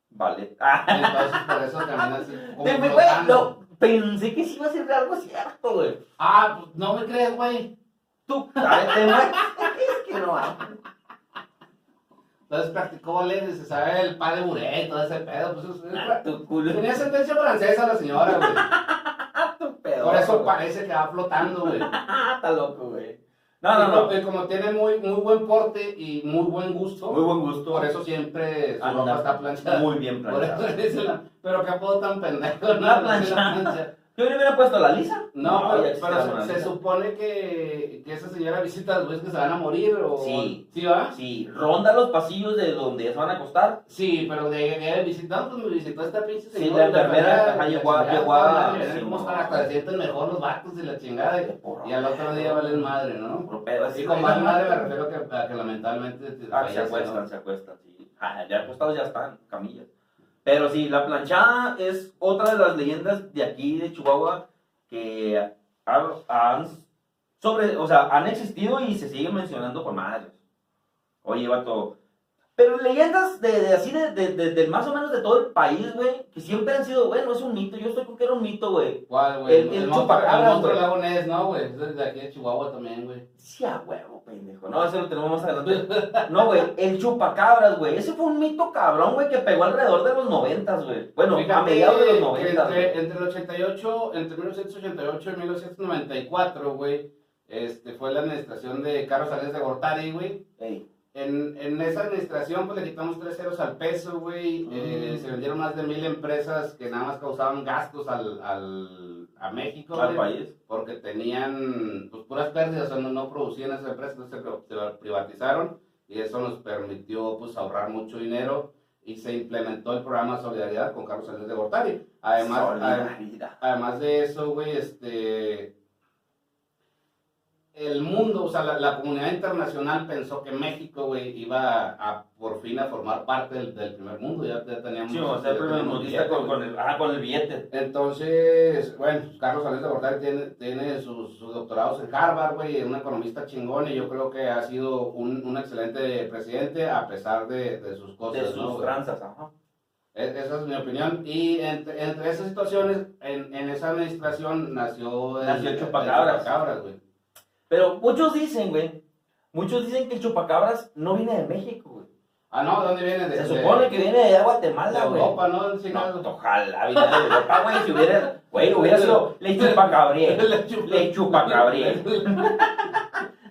Speaker 2: Vale. Ah,
Speaker 3: Entonces por eso camina así. como
Speaker 2: güey, güey,
Speaker 3: flotando.
Speaker 2: lo- pensé que sí iba a ser algo cierto, güey.
Speaker 3: Ah, pues no me crees, güey.
Speaker 2: Tú, cállate, güey. Es que no, ah.
Speaker 3: Entonces practicó ballet y se sabe el pa de buré y todo ese pedo. Pues, es- es-
Speaker 2: tu culo.
Speaker 3: tenía sentencia francesa la señora, güey.
Speaker 2: Tu pedo.
Speaker 3: Por eso
Speaker 2: güey.
Speaker 3: parece que va flotando, güey.
Speaker 2: Ah, está loco, güey. No, no, no.
Speaker 3: Y como tiene muy, muy buen porte y muy buen gusto,
Speaker 2: Muy buen gusto.
Speaker 3: por eso siempre su
Speaker 2: Anda
Speaker 3: ropa está planchada.
Speaker 2: Muy bien
Speaker 3: Por eso
Speaker 2: planchado.
Speaker 3: le dice la- Pero qué apodo tan pendejo, ¿no?
Speaker 2: La
Speaker 3: Le dice la
Speaker 2: plancha.
Speaker 3: plancha.
Speaker 2: Yo le hubiera puesto la lisa.
Speaker 3: No, pero,
Speaker 2: ya existe
Speaker 3: pero
Speaker 2: la
Speaker 3: se-
Speaker 2: Mona
Speaker 3: se,
Speaker 2: Lisa.
Speaker 3: supone que, que esa señora visita a los güeyes que se van a morir o...
Speaker 2: Sí.
Speaker 3: ¿Sí va?
Speaker 2: Sí, ronda los pasillos de donde se van a acostar.
Speaker 3: Sí, pero de que visitado, pues me visitó esta pinche
Speaker 2: Sí, la
Speaker 3: señora.
Speaker 2: enfermera,
Speaker 3: enfermera,
Speaker 2: ajá,
Speaker 3: la
Speaker 2: llegó a-
Speaker 3: chingada,
Speaker 2: llegó a-
Speaker 3: madre,
Speaker 2: sí,
Speaker 3: ¿cómo
Speaker 2: no.
Speaker 3: están? hasta se sienten mejor los vatos y la chingada. Y,
Speaker 2: Porro.
Speaker 3: y al otro día valen madre, ¿no?
Speaker 2: Puro pedo, así
Speaker 3: Así con
Speaker 2: ahí
Speaker 3: más
Speaker 2: van.
Speaker 3: madre me refiero que, a que lamentablemente... te
Speaker 2: Ah, se
Speaker 3: fallecen,
Speaker 2: acuestan,
Speaker 3: ¿no?
Speaker 2: se acuestan, sí. Ah, ya acostados ya están, camillas. Pero sí, la planchada es otra de las leyendas de aquí, de Chihuahua, que han, han sobre, o sea, han existido y se siguen mencionando con madres. Oye, vato. Pero leyendas de, de así, de, de- de- del más o menos de todo el país, güey, que siempre han sido, bueno, es un mito, yo estoy con que era un mito, güey.
Speaker 3: ¿Cuál, güey?
Speaker 2: El- el
Speaker 3: monstruo, el
Speaker 2: chupacabras,
Speaker 3: monstruo
Speaker 2: güey.
Speaker 3: lago Ness, ¿no, güey? Es de aquí de Chihuahua también, güey.
Speaker 2: Sí, a huevo, pendejo. No, ese lo tenemos más adelante. No, güey, el chupacabras, güey. Ese fue un mito cabrón, güey, que pegó alrededor de los noventas, güey. Bueno, a
Speaker 3: Fíjate
Speaker 2: mediados de los
Speaker 3: que
Speaker 2: noventas, güey.
Speaker 3: Entre, entre el 88, entre 1988 y 1994, güey, este, fue la administración de Carlos Salinas de Gortari, güey.
Speaker 2: Ey,
Speaker 3: En, en esa administración, pues le quitamos tres ceros al peso, güey. Eh,
Speaker 2: Mm.
Speaker 3: se vendieron más de mil empresas que nada más causaban gastos al, al, a México,
Speaker 2: al
Speaker 3: güey,
Speaker 2: país.
Speaker 3: porque tenían pues, puras pérdidas, o sea, no, no producían esas empresas, entonces se pro- se las privatizaron y eso nos permitió pues, ahorrar mucho dinero y se implementó el programa Solidaridad con Carlos Salinas de Gortari. Además, adem-
Speaker 2: Solidaridad.
Speaker 3: además de eso, güey, este, el mundo, o sea, la, la comunidad internacional pensó que México, güey, iba a, a por fin a formar parte del, del primer mundo. Ya, ya teníamos...
Speaker 2: Sí, o sea, el
Speaker 3: ya
Speaker 2: primer
Speaker 3: teníamos
Speaker 2: mundista
Speaker 3: billete,
Speaker 2: con,
Speaker 3: güey.
Speaker 2: con el, ah, con el billete.
Speaker 3: Entonces, bueno, Carlos Salinas de Gortari tiene, tiene sus, sus doctorados en Harvard, güey, es un economista chingón y yo creo que ha sido un, un excelente presidente a pesar de, de sus cosas.
Speaker 2: De
Speaker 3: ¿no,
Speaker 2: sus
Speaker 3: güey?
Speaker 2: tranzas, ajá.
Speaker 3: E- Esa es mi opinión. Y entre, entre esas situaciones, en, en esa administración nació
Speaker 2: Nació el chupacabras.
Speaker 3: chupacabras, güey.
Speaker 2: Pero muchos dicen, güey. Muchos dicen que el chupacabras no viene de México, güey.
Speaker 3: Ah, no, ¿de dónde viene? De,
Speaker 2: Se
Speaker 3: de-
Speaker 2: supone que viene de
Speaker 3: de
Speaker 2: Guatemala, güey.
Speaker 3: Europa, ¿no? Sí,
Speaker 2: No,
Speaker 3: claro.
Speaker 2: ojalá viniera de Europa, güey. Si hubiera, güey, hubiera sido le chupacabriel.
Speaker 3: Le chupa-
Speaker 2: Le chupa Gabriel.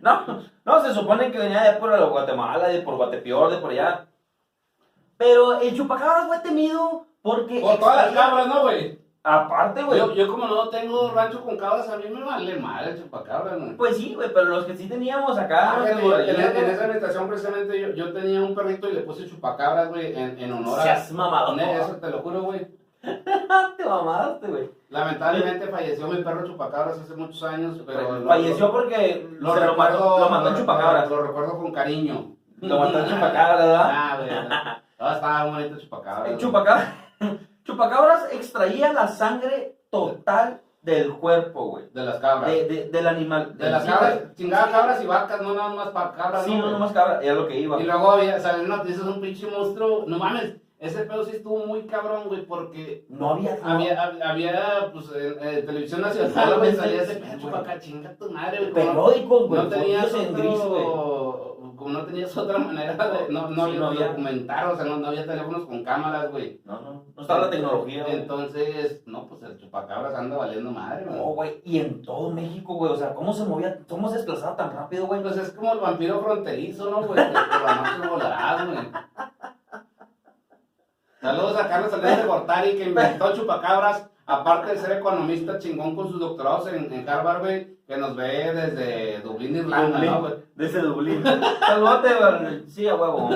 Speaker 2: No, no, se supone que venía de por Guatemala, de por Guatepeor, de por allá. Pero el chupacabras fue temido porque.
Speaker 3: Por todas las
Speaker 2: extraía-
Speaker 3: cabras, ¿no, güey?
Speaker 2: Aparte, güey.
Speaker 3: Yo, yo como no tengo rancho con cabras, a mí me vale mal el chupacabras, güey.
Speaker 2: Pues sí, güey, pero los que sí teníamos acá.
Speaker 3: Ah,
Speaker 2: los
Speaker 3: fíjate,
Speaker 2: que
Speaker 3: en, en- en
Speaker 2: teníamos-
Speaker 3: esa administración precisamente yo, yo tenía un perrito y le puse chupacabras, güey, en, en honor a...
Speaker 2: Seas mamado.
Speaker 3: Eso te lo juro, güey.
Speaker 2: Te mamaste, güey.
Speaker 3: Lamentablemente falleció mi perro chupacabras hace muchos años, pero... lo-
Speaker 2: Falleció porque
Speaker 3: Lo
Speaker 2: se lo mató,
Speaker 3: recuerdo,
Speaker 2: lo mató el
Speaker 3: lo-
Speaker 2: chupacabras.
Speaker 3: Lo, recuerdo con cariño.
Speaker 2: Lo mató el chupacabras, ¿verdad?
Speaker 3: Ah, güey. No, estaba muy bonito el chupacabras.
Speaker 2: El
Speaker 3: güey.
Speaker 2: chupacabras, chupacabras extraía la sangre total del cuerpo, güey.
Speaker 3: De las cabras.
Speaker 2: De,
Speaker 3: De,
Speaker 2: de- del animal. del-
Speaker 3: las
Speaker 2: sí,
Speaker 3: cabras.
Speaker 2: güey.
Speaker 3: Chingaba cabras y vacas, no nada más para cabras.
Speaker 2: Sí, no
Speaker 3: güey.
Speaker 2: nomás cabra, era lo que iba.
Speaker 3: Y luego había, salen noticias, un pinche monstruo. No mames, ese pedo sí estuvo muy cabrón, güey, porque
Speaker 2: No había.
Speaker 3: había, hab- había pues, en, en televisión nacional,
Speaker 2: Solamente
Speaker 3: güey, salía ese
Speaker 2: sí,
Speaker 3: pedo
Speaker 2: güey.
Speaker 3: chupacá, chinga tu madre, güey. como no-
Speaker 2: periódicos, güey.
Speaker 3: No tenías
Speaker 2: fotos en gris, güey.
Speaker 3: otro, como no tenías otra manera de, no, no
Speaker 2: Sí,
Speaker 3: había
Speaker 2: no había.
Speaker 3: documentar, o sea, no, no había teléfonos con cámaras, güey.
Speaker 2: No, no, no estaba la tecnología. güey.
Speaker 3: Entonces, no, pues el chupacabras anda valiendo madre,
Speaker 2: No,
Speaker 3: güey.
Speaker 2: güey, y en todo México, güey, o sea, cómo se movía, cómo se desplazaba tan rápido, güey.
Speaker 3: Pues es como el vampiro fronterizo, ¿no, güey? Que Por la noche volarás, güey. Saludos a Carlos Salinas de Gortari, que inventó el chupacabras aparte de ser economista chingón con sus doctorados en, en Harvard, güey, que nos ve desde Dublín, Irlanda, ¿no, güey?
Speaker 2: Dublín, de ese Dublín. Saludote, güey. sí, a huevo.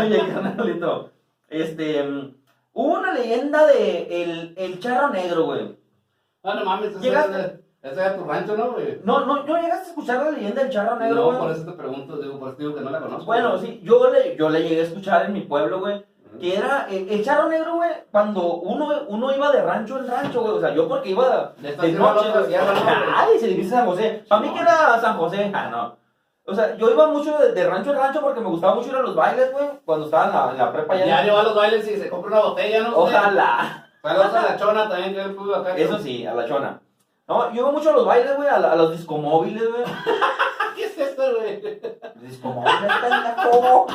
Speaker 2: Oye, carnalito. Este, mm, hubo una leyenda de el, el charro negro, güey.
Speaker 3: Ah, no mames, ese es
Speaker 2: Llegaste.
Speaker 3: de- ese es de tu rancho, ¿no, güey?
Speaker 2: No, no, ¿no llegaste a escuchar la leyenda del charro negro,
Speaker 3: No,
Speaker 2: güey?
Speaker 3: por eso te pregunto, digo, por eso digo que no la conozco.
Speaker 2: Pues Bueno,
Speaker 3: güey.
Speaker 2: sí, yo le, yo le llegué a escuchar en mi pueblo, güey, que era el, el charro negro, güey, cuando uno, uno iba de rancho en rancho, güey, o sea, yo porque iba
Speaker 3: De
Speaker 2: de,
Speaker 3: esta sierra a la
Speaker 2: noche,
Speaker 3: otra
Speaker 2: güey,
Speaker 3: sierra, ¿no, güey?
Speaker 2: ay, se divisa San José, para mí que era San José, ah, no, o sea, yo iba mucho de, de rancho en rancho porque me gustaba mucho ir a los bailes, güey, cuando estaba en la, en la prepa ya,
Speaker 3: Diario va Pues a los bailes y se compra una botella, ¿no?
Speaker 2: ojalá,
Speaker 3: Saludos a la chona también, que él pudo acá.
Speaker 2: eso sí, a la chona, no, yo iba mucho a los bailes, güey, a, la- a los discomóviles, güey,
Speaker 3: Ah, ¿Qué es esto, güey?
Speaker 2: discomóviles, pendejo,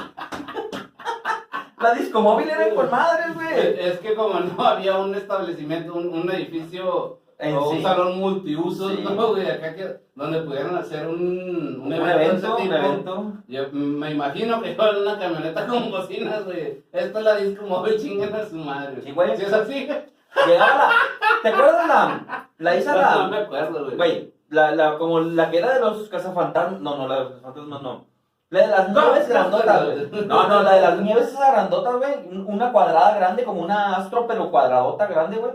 Speaker 2: la discomóvil era con madres, güey.
Speaker 3: Es es que como no había un establecimiento, un, un edificio
Speaker 2: En
Speaker 3: o un
Speaker 2: Eh, sí.
Speaker 3: salón multiusos,
Speaker 2: Sí.
Speaker 3: ¿no, güey? Acá que, donde pudieran hacer un, un
Speaker 2: Un
Speaker 3: evento de
Speaker 2: evento,
Speaker 3: ese
Speaker 2: un
Speaker 3: tipo.
Speaker 2: evento.
Speaker 3: Yo me imagino que iba en una camioneta con bocinas, güey. Esta es la disco móvil, chingan a su madre.
Speaker 2: Sí, güey.
Speaker 3: Si es así,
Speaker 2: Llegaba la. ¿Te acuerdas la. La Isa
Speaker 3: no me
Speaker 2: la.
Speaker 3: acuerdo, güey.
Speaker 2: Güey, la, la, como la que era de los cazafantasmas. No, no, la de los cazafantasmas no. La de las
Speaker 3: No,
Speaker 2: nieves
Speaker 3: no,
Speaker 2: grandotas,
Speaker 3: güey.
Speaker 2: güey. No, no, la de las nieves esa grandota, güey. un- Una cuadrada grande, como una astro, pero cuadradota grande, güey.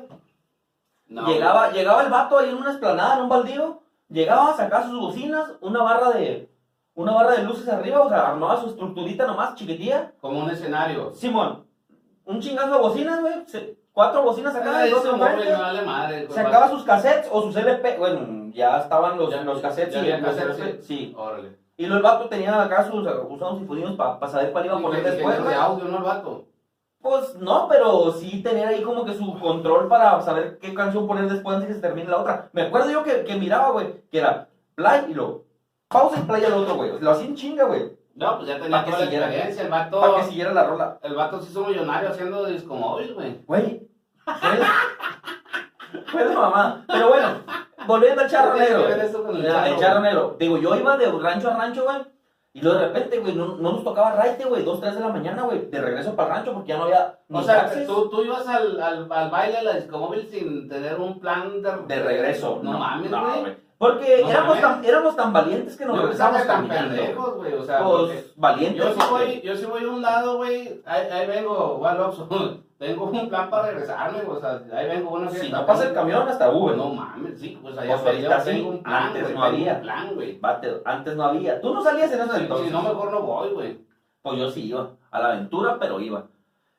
Speaker 3: No,
Speaker 2: llegaba, llegaba el vato ahí en una esplanada, en un baldío. Llegaba, sacaba sus bocinas, una barra de. Una barra de luces arriba, o sea, armaba su estructurita nomás, chiquitilla.
Speaker 3: güey. Como un escenario.
Speaker 2: Simón, un chingazo de bocinas, güey. se- Cuatro bocinas acá,
Speaker 3: Ah,
Speaker 2: y dos
Speaker 3: eso, güey,
Speaker 2: enfrente.
Speaker 3: no vale madre. güey.
Speaker 2: Sacaba sus cassettes o sus LP. Bueno, ya estaban los,
Speaker 3: Ya-
Speaker 2: los cassettes
Speaker 3: ya
Speaker 2: y
Speaker 3: había
Speaker 2: los
Speaker 3: cassettes,
Speaker 2: LP,
Speaker 3: sí.
Speaker 2: sí.
Speaker 3: Órale.
Speaker 2: Y los vatos tenían acá sus usados y fudidos para saber cuál iba a poner después,
Speaker 3: Ingeniero
Speaker 2: güey.
Speaker 3: de audio, ¿no, el vato?
Speaker 2: Pues no, pero sí tenían ahí como que su control para saber qué canción poner después antes que se termine la otra. Me acuerdo yo que, que miraba, güey, que era play y lo pausa y play al otro, güey. Lo hacían chinga, güey.
Speaker 3: No, pues ya tenía
Speaker 2: Pa' que
Speaker 3: toda la
Speaker 2: siguiera.
Speaker 3: experiencia. El
Speaker 2: Para que
Speaker 3: vato,
Speaker 2: siguiera la rola.
Speaker 3: el vato se hizo millonario haciendo discomóvil, güey.
Speaker 2: Güey, fue de, fue de mamá. Pero bueno, volviendo al charro
Speaker 3: Tiene que
Speaker 2: negro.
Speaker 3: ver eso con el
Speaker 2: Ya,
Speaker 3: charro,
Speaker 2: el charro negro. Digo, yo iba de rancho a rancho, güey. Y luego de repente, güey, no, no nos tocaba raite, güey. Dos, tres de la mañana, güey. De regreso para el rancho porque ya no había ni
Speaker 3: O sea,
Speaker 2: taxis.
Speaker 3: tú, tú ibas al, al, al baile a la discomóvil sin tener un plan de,
Speaker 2: De regreso.
Speaker 3: No, mames,
Speaker 2: no,
Speaker 3: güey.
Speaker 2: Porque
Speaker 3: No
Speaker 2: éramos,
Speaker 3: mames.
Speaker 2: tan, éramos tan valientes que nos
Speaker 3: No,
Speaker 2: regresamos
Speaker 3: estamos tan
Speaker 2: caminando.
Speaker 3: pendejos, güey. O sea, porque-
Speaker 2: Pues, valientes.
Speaker 3: yo sí
Speaker 2: porque-
Speaker 3: voy, yo sí voy a un lado, güey. Ahí, ahí vengo, igual Oxxo. Tengo un plan para regresarme, güey. O sea, ahí vengo a una
Speaker 2: Si
Speaker 3: fiesta.
Speaker 2: no pasa el camión hasta uh, Uber.
Speaker 3: No mames, sí. Pues
Speaker 2: Pues,
Speaker 3: allá
Speaker 2: ahorita sí,
Speaker 3: tengo un plan,
Speaker 2: antes
Speaker 3: güey.
Speaker 2: no
Speaker 3: tengo
Speaker 2: había.
Speaker 3: un plan, güey.
Speaker 2: Bate, antes no había. Tú no salías en esos
Speaker 3: Si,
Speaker 2: entonces.
Speaker 3: si no, mejor no voy, güey.
Speaker 2: Pues yo sí iba, a la aventura, pero iba.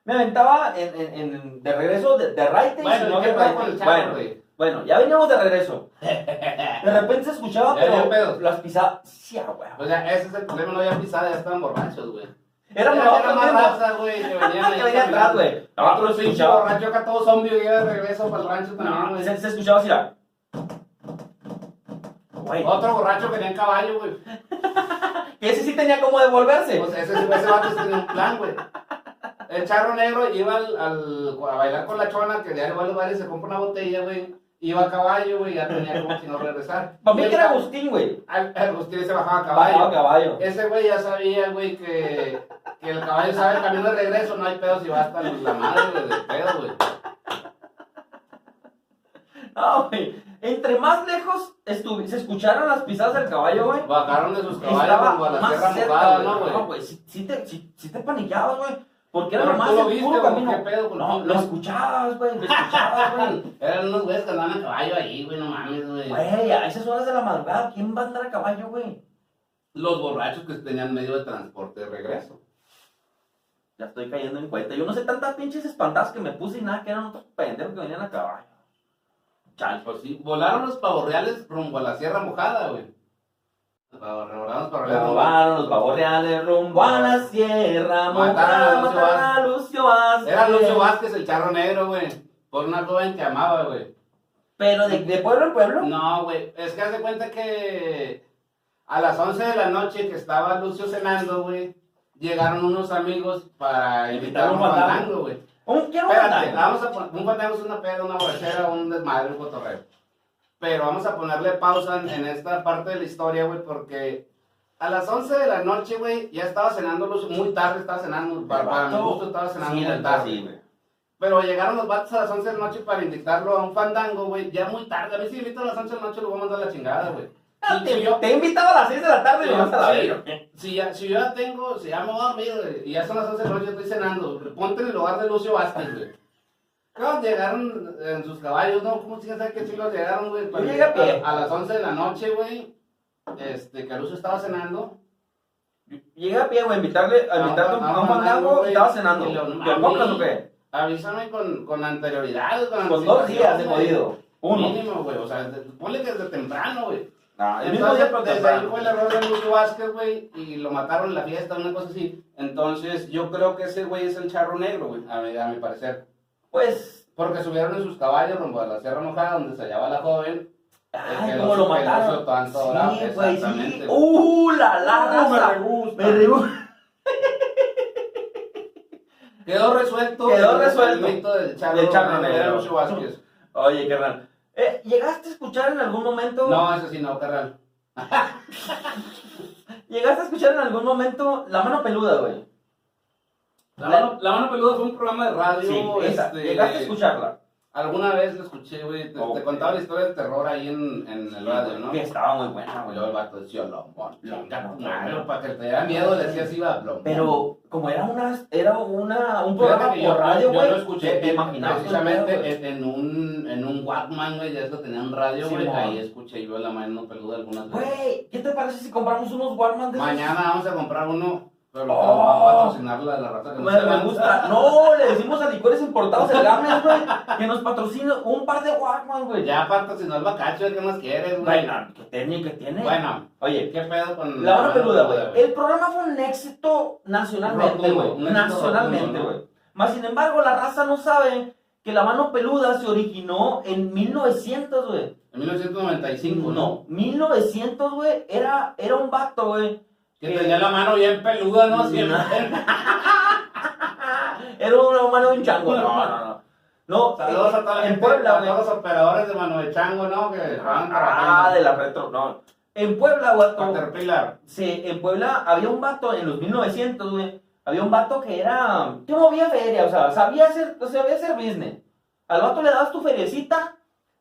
Speaker 2: Me aventaba en, en- en- de regreso de, de raite y si
Speaker 3: Bueno,
Speaker 2: no
Speaker 3: ¿qué
Speaker 2: de
Speaker 3: pasa
Speaker 2: raite.
Speaker 3: con el charro,
Speaker 2: bueno,
Speaker 3: güey?
Speaker 2: bueno, ya veníamos de regreso. De repente se escuchaba,
Speaker 3: Ya
Speaker 2: pero
Speaker 3: había pedos.
Speaker 2: las pisadas. Sí, ah, güey.
Speaker 3: O sea, ese es el problema. No había pisada, ya estaban borrachos, güey.
Speaker 2: Éramos
Speaker 3: Era- era
Speaker 2: nosotros
Speaker 3: más
Speaker 2: mismos.
Speaker 3: raza, güey, que venían ahí
Speaker 2: Que venía
Speaker 3: caminando.
Speaker 2: atrás, güey. Nosotros
Speaker 3: Otro pinche
Speaker 2: escuchaba-
Speaker 3: borracho acá todo zombie y de regreso para el rancho también,
Speaker 2: No,
Speaker 3: güey.
Speaker 2: se, se escuchaba así, ah. Güey,
Speaker 3: Otro borracho que tenía caballo, güey.
Speaker 2: que ese sí tenía como devolverse.
Speaker 3: Pues ese, ese vato sí tenía un plan, güey. El charro negro iba al, al- a bailar con la chona, que diario va a los bares, se compra una botella, güey. Iba a caballo, güey, ya tenía como si no regresar.
Speaker 2: Para mí
Speaker 3: Y
Speaker 2: que
Speaker 3: el
Speaker 2: era
Speaker 3: ca-
Speaker 2: Agustín, güey.
Speaker 3: Al- Agustín se bajaba a
Speaker 2: Bajaba a
Speaker 3: caballo.
Speaker 2: caballo.
Speaker 3: Ese güey ya sabía, güey, que, que el caballo sabe el camino de regreso, no hay pedo si va hasta la madre, güey, de pedo, güey.
Speaker 2: No, güey. Entre más lejos estuvi- se escucharon las pisadas del caballo, güey.
Speaker 3: Bajaron de sus caballos
Speaker 2: estaba
Speaker 3: a la tierra
Speaker 2: más
Speaker 3: mojada,
Speaker 2: cerca,
Speaker 3: ¿no,
Speaker 2: güey. No,
Speaker 3: güey?
Speaker 2: güey, sí, sí te, sí, sí te paniqueabas, güey. Porque era
Speaker 3: Pero
Speaker 2: nomás
Speaker 3: tú lo
Speaker 2: el
Speaker 3: viste,
Speaker 2: puro
Speaker 3: güey,
Speaker 2: camino.
Speaker 3: ¿qué pedo con
Speaker 2: no,
Speaker 3: tú?
Speaker 2: lo escuchabas, güey, lo escuchabas, güey.
Speaker 3: Eran unos güeyes que andaban a caballo ahí, güey, no mames, güey.
Speaker 2: Güey, a esas horas de la madrugada, ¿quién va a andar a caballo, güey?
Speaker 3: Los borrachos que tenían medio de transporte de regreso.
Speaker 2: Ya estoy cayendo en cuenta. Yo no sé tantas pinches espantadas que me puse y nada, que eran otros pendejos que venían a caballo. Chal.
Speaker 3: Pues sí, volaron los pavorreales rumbo a la Sierra Mojada, güey. Los Volaron los pavorreales. rumbo-
Speaker 2: Robaron los pavos reales rumbo a la sierra,
Speaker 3: Mataron a Lucio
Speaker 2: mataron a Lucio Vázquez.
Speaker 3: Era Lucio Vázquez, el charro negro, güey. Por una joven que amaba, güey.
Speaker 2: Pero de, de pueblo en pueblo.
Speaker 3: No, güey. Es que hace cuenta que a las 11 de la noche que estaba Lucio cenando, güey, llegaron unos amigos para invitar a un
Speaker 2: Invitaron fandango.
Speaker 3: fandango, güey.
Speaker 2: Un quiero
Speaker 3: Espérate,
Speaker 2: matar.
Speaker 3: vamos a poner, un fandango es una peda, una borrachera, un desmadre, un cotorreo. Pero vamos a ponerle pausa en, en esta parte de la historia, güey, porque a las 11 de la noche, güey, ya estaba cenando Lucio, muy tarde estaba cenando, para, para mi gusto estaba cenando
Speaker 2: Sí,
Speaker 3: muy
Speaker 2: la
Speaker 3: tarde.
Speaker 2: neta, sí, güey.
Speaker 3: Pero llegaron los vatos a las 11 de la noche para invitarlo a un fandango, güey. Ya muy tarde. A mí si invito a las 11 de la noche lo voy a mandar a la chingada, güey.
Speaker 2: Ah,
Speaker 3: Y
Speaker 2: Te,
Speaker 3: yo-
Speaker 2: te he invitado a las 6 de la tarde y me vas a la
Speaker 3: Sí.
Speaker 2: verga.
Speaker 3: Si ya, si yo ya tengo, si ya me voy a dormir, güey, y ya son las 11 de la noche, estoy cenando, güey, ponte en el lugar de Lucio Vázquez, güey. Claro, llegaron en sus caballos, ¿no? ¿Cómo chingas sabe qué chicos llegaron, güey? Para-
Speaker 2: llegué a pie.
Speaker 3: a, a las 11 de la noche, güey, este, que Lucio estaba cenando.
Speaker 2: Llegué a pie, güey, a invitarle, a
Speaker 3: No,
Speaker 2: invitarle
Speaker 3: no,
Speaker 2: a un
Speaker 3: no, no,
Speaker 2: fandango
Speaker 3: güey.
Speaker 2: y estaba cenando.
Speaker 3: Y lo-
Speaker 2: ¿Te compras o qué?
Speaker 3: Avísame con, con anterioridad, con
Speaker 2: Con dos
Speaker 3: anticipación,
Speaker 2: días he
Speaker 3: güey.
Speaker 2: podido. Uno.
Speaker 3: Mínimo, güey, o sea, de- ponle que desde temprano, güey.
Speaker 2: No, el mismo
Speaker 3: Entonces,
Speaker 2: día, pero
Speaker 3: desde ahí
Speaker 2: temprano.
Speaker 3: fue el error de Lucio Vázquez, güey, y lo mataron en la fiesta, una cosa así. Entonces, yo creo que ese güey es el charro negro, güey, a mi, a mi parecer.
Speaker 2: Pues,
Speaker 3: Porque subieron en sus caballos rumbo a la Sierra Mojada, donde se hallaba la joven.
Speaker 2: ay,
Speaker 3: que
Speaker 2: cómo lo
Speaker 3: los- que los
Speaker 2: mataron.
Speaker 3: tanto ahora,
Speaker 2: Sí, güey, sí.
Speaker 3: exactamente.
Speaker 2: Uh, la la
Speaker 3: Uh, me
Speaker 2: raza.
Speaker 3: regusta.
Speaker 2: Me regusta.
Speaker 3: Quedó resuelto.
Speaker 2: Quedó
Speaker 3: el-
Speaker 2: resuelto.
Speaker 3: El mito del charro,
Speaker 2: Del charro
Speaker 3: de
Speaker 2: negro.
Speaker 3: Lucio Vázquez.
Speaker 2: Oye, carnal. Eh, ¿Llegaste a escuchar en algún momento?
Speaker 3: No, eso sí, no, carnal.
Speaker 2: ¿Llegaste a escuchar en algún momento La Mano Peluda, güey?
Speaker 3: La mano, la mano peluda fue un programa de radio.
Speaker 2: esa.
Speaker 3: este,
Speaker 2: ¿Llegaste a escucharla?
Speaker 3: Alguna vez lo escuché, güey. Te,
Speaker 2: Ok.
Speaker 3: te contaba la historia del terror ahí en, en el radio, ¿no?
Speaker 2: Que estaba muy buena,
Speaker 3: Y
Speaker 2: güey.
Speaker 3: luego el vato decía, lombón, chinga tu
Speaker 2: Lombón.
Speaker 3: madre, para que te diera miedo, le decía así, va, lombón.
Speaker 2: Pero como era una, era una, un
Speaker 3: Fíjate
Speaker 2: programa
Speaker 3: que
Speaker 2: por
Speaker 3: yo,
Speaker 2: radio,
Speaker 3: yo
Speaker 2: güey.
Speaker 3: lo escuché
Speaker 2: te
Speaker 3: en-
Speaker 2: imaginabas todo el pedo,
Speaker 3: precisamente
Speaker 2: güey.
Speaker 3: en, en un, en un Walkman, güey, ya esto tenía un radio,
Speaker 2: Sí,
Speaker 3: güey,
Speaker 2: mo.
Speaker 3: ahí escuché yo la mano peluda algunas veces.
Speaker 2: Güey, ¿qué te parece si compramos unos Walmart de esos?
Speaker 3: Mañana vamos a comprar uno, pero
Speaker 2: Oh.
Speaker 3: vamos a patrocinar la, la raza que
Speaker 2: Me,
Speaker 3: no se
Speaker 2: me gusta. No, le decimos a licores importados el Games, güey, que nos patrocina un par de Walkman, güey.
Speaker 3: Ya patrocinó el bacacho, ¿qué más quieres, güey?
Speaker 2: Bueno, que tiene, que tiene.
Speaker 3: Bueno,
Speaker 2: Oye,
Speaker 3: ¿qué pedo con
Speaker 2: la mano peluda, güey. El programa fue un éxito nacionalmente,
Speaker 3: Rotundo,
Speaker 2: güey.
Speaker 3: un éxito
Speaker 2: Nacionalmente,
Speaker 3: rotundo, ¿no?
Speaker 2: güey. Más sin embargo, la raza no sabe que la mano peluda se originó en 1900, güey.
Speaker 3: En 1995, ¿no?
Speaker 2: No, 1900, güey, era, era un vato, güey.
Speaker 3: Que tenía la mano bien peluda, ¿no? Así,
Speaker 2: No. Era una mano de un chango. No, no, no. No,
Speaker 3: Saludos
Speaker 2: eh,
Speaker 3: a toda la
Speaker 2: en
Speaker 3: gente,
Speaker 2: Puebla,
Speaker 3: a
Speaker 2: güey.
Speaker 3: todos los operadores de mano de chango, ¿no? Que estaban
Speaker 2: Ah,
Speaker 3: trabajando.
Speaker 2: de la retro, no. En Puebla, güey, como-
Speaker 3: Caterpillar.
Speaker 2: sí, en Puebla había un vato en los 1900, güey. Había un vato que era. que movía feria, o sea, sabía hacer, o sea, sabía hacer business. Al vato le dabas tu feriecita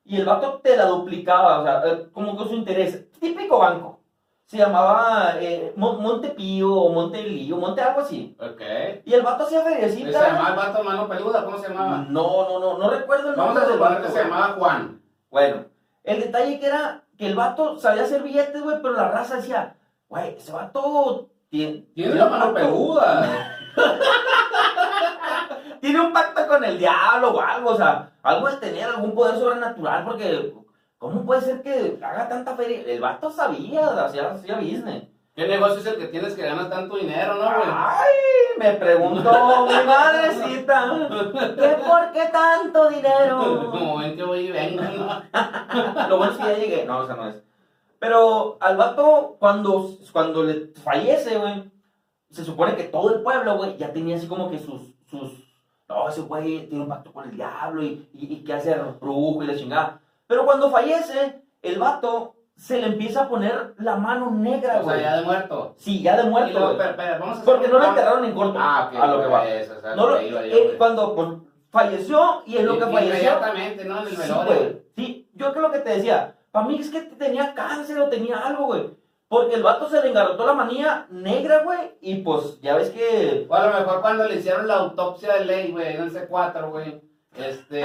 Speaker 2: y el vato te la duplicaba, o sea, eh, como con su interés. Típico banco. Se llamaba eh, Mon- Monte Pío, o Monte Lío, Monte algo así.
Speaker 3: Ok.
Speaker 2: Y el vato hacía
Speaker 3: ¿Se
Speaker 2: feriecita.
Speaker 3: llamaba el vato mano peluda? ¿Cómo se llamaba?
Speaker 2: No, no, no, no recuerdo el
Speaker 3: Vamos
Speaker 2: nombre
Speaker 3: a
Speaker 2: del
Speaker 3: suponer
Speaker 2: vato.
Speaker 3: que se
Speaker 2: güey.
Speaker 3: llamaba Juan.
Speaker 2: Bueno, el detalle que era que el vato sabía hacer billetes, güey, pero la raza decía, güey, ese vato tiene,
Speaker 3: Tiene la mano
Speaker 2: un pacto-
Speaker 3: peluda.
Speaker 2: Tiene un pacto con el diablo o algo, o sea, algo de tener algún poder sobrenatural, porque ¿cómo puede ser que haga tanta feria? El vato sabía, hacía, hacía business.
Speaker 3: ¿Qué negocio es el que tienes que ganas tanto dinero, no, güey?
Speaker 2: Ay, me preguntó mi madrecita, ¿qué por qué tanto dinero?
Speaker 3: Como ven que voy y vengo, ¿no?
Speaker 2: Lo bueno es que ya llegué. No, o sea, no es. Pero al vato, cuando, cuando le fallece, güey, se supone que todo el pueblo, güey, ya tenía así como que sus. sus no, ese güey tiene un pacto con el diablo y, y, y que hace brujo y la chingada. Pero cuando fallece, el vato se le empieza a poner la mano negra,
Speaker 3: O sea,
Speaker 2: güey.
Speaker 3: ya de muerto.
Speaker 2: Sí, ya de
Speaker 3: Y
Speaker 2: muerto,
Speaker 3: luego,
Speaker 2: güey.
Speaker 3: pero, pero, vamos a hacer
Speaker 2: Porque
Speaker 3: un
Speaker 2: no lo
Speaker 3: plan.
Speaker 2: enterraron en corto.
Speaker 3: Ah, ok.
Speaker 2: A lo que va.
Speaker 3: eso, o sea,
Speaker 2: No lo-
Speaker 3: ahí va, ahí
Speaker 2: eh,
Speaker 3: va.
Speaker 2: cuando pues, falleció y es lo que
Speaker 3: Y-
Speaker 2: falleció.
Speaker 3: Inmediatamente, ¿no? En el
Speaker 2: Sí,
Speaker 3: velorio.
Speaker 2: güey. Sí, yo creo que te decía, para mí es que tenía cáncer o tenía algo, güey. Porque el vato se le engarrotó la manía negra, güey, y pues ya ves que...
Speaker 3: O a lo mejor cuando le hicieron la autopsia de ley, güey, en el C4, güey, este,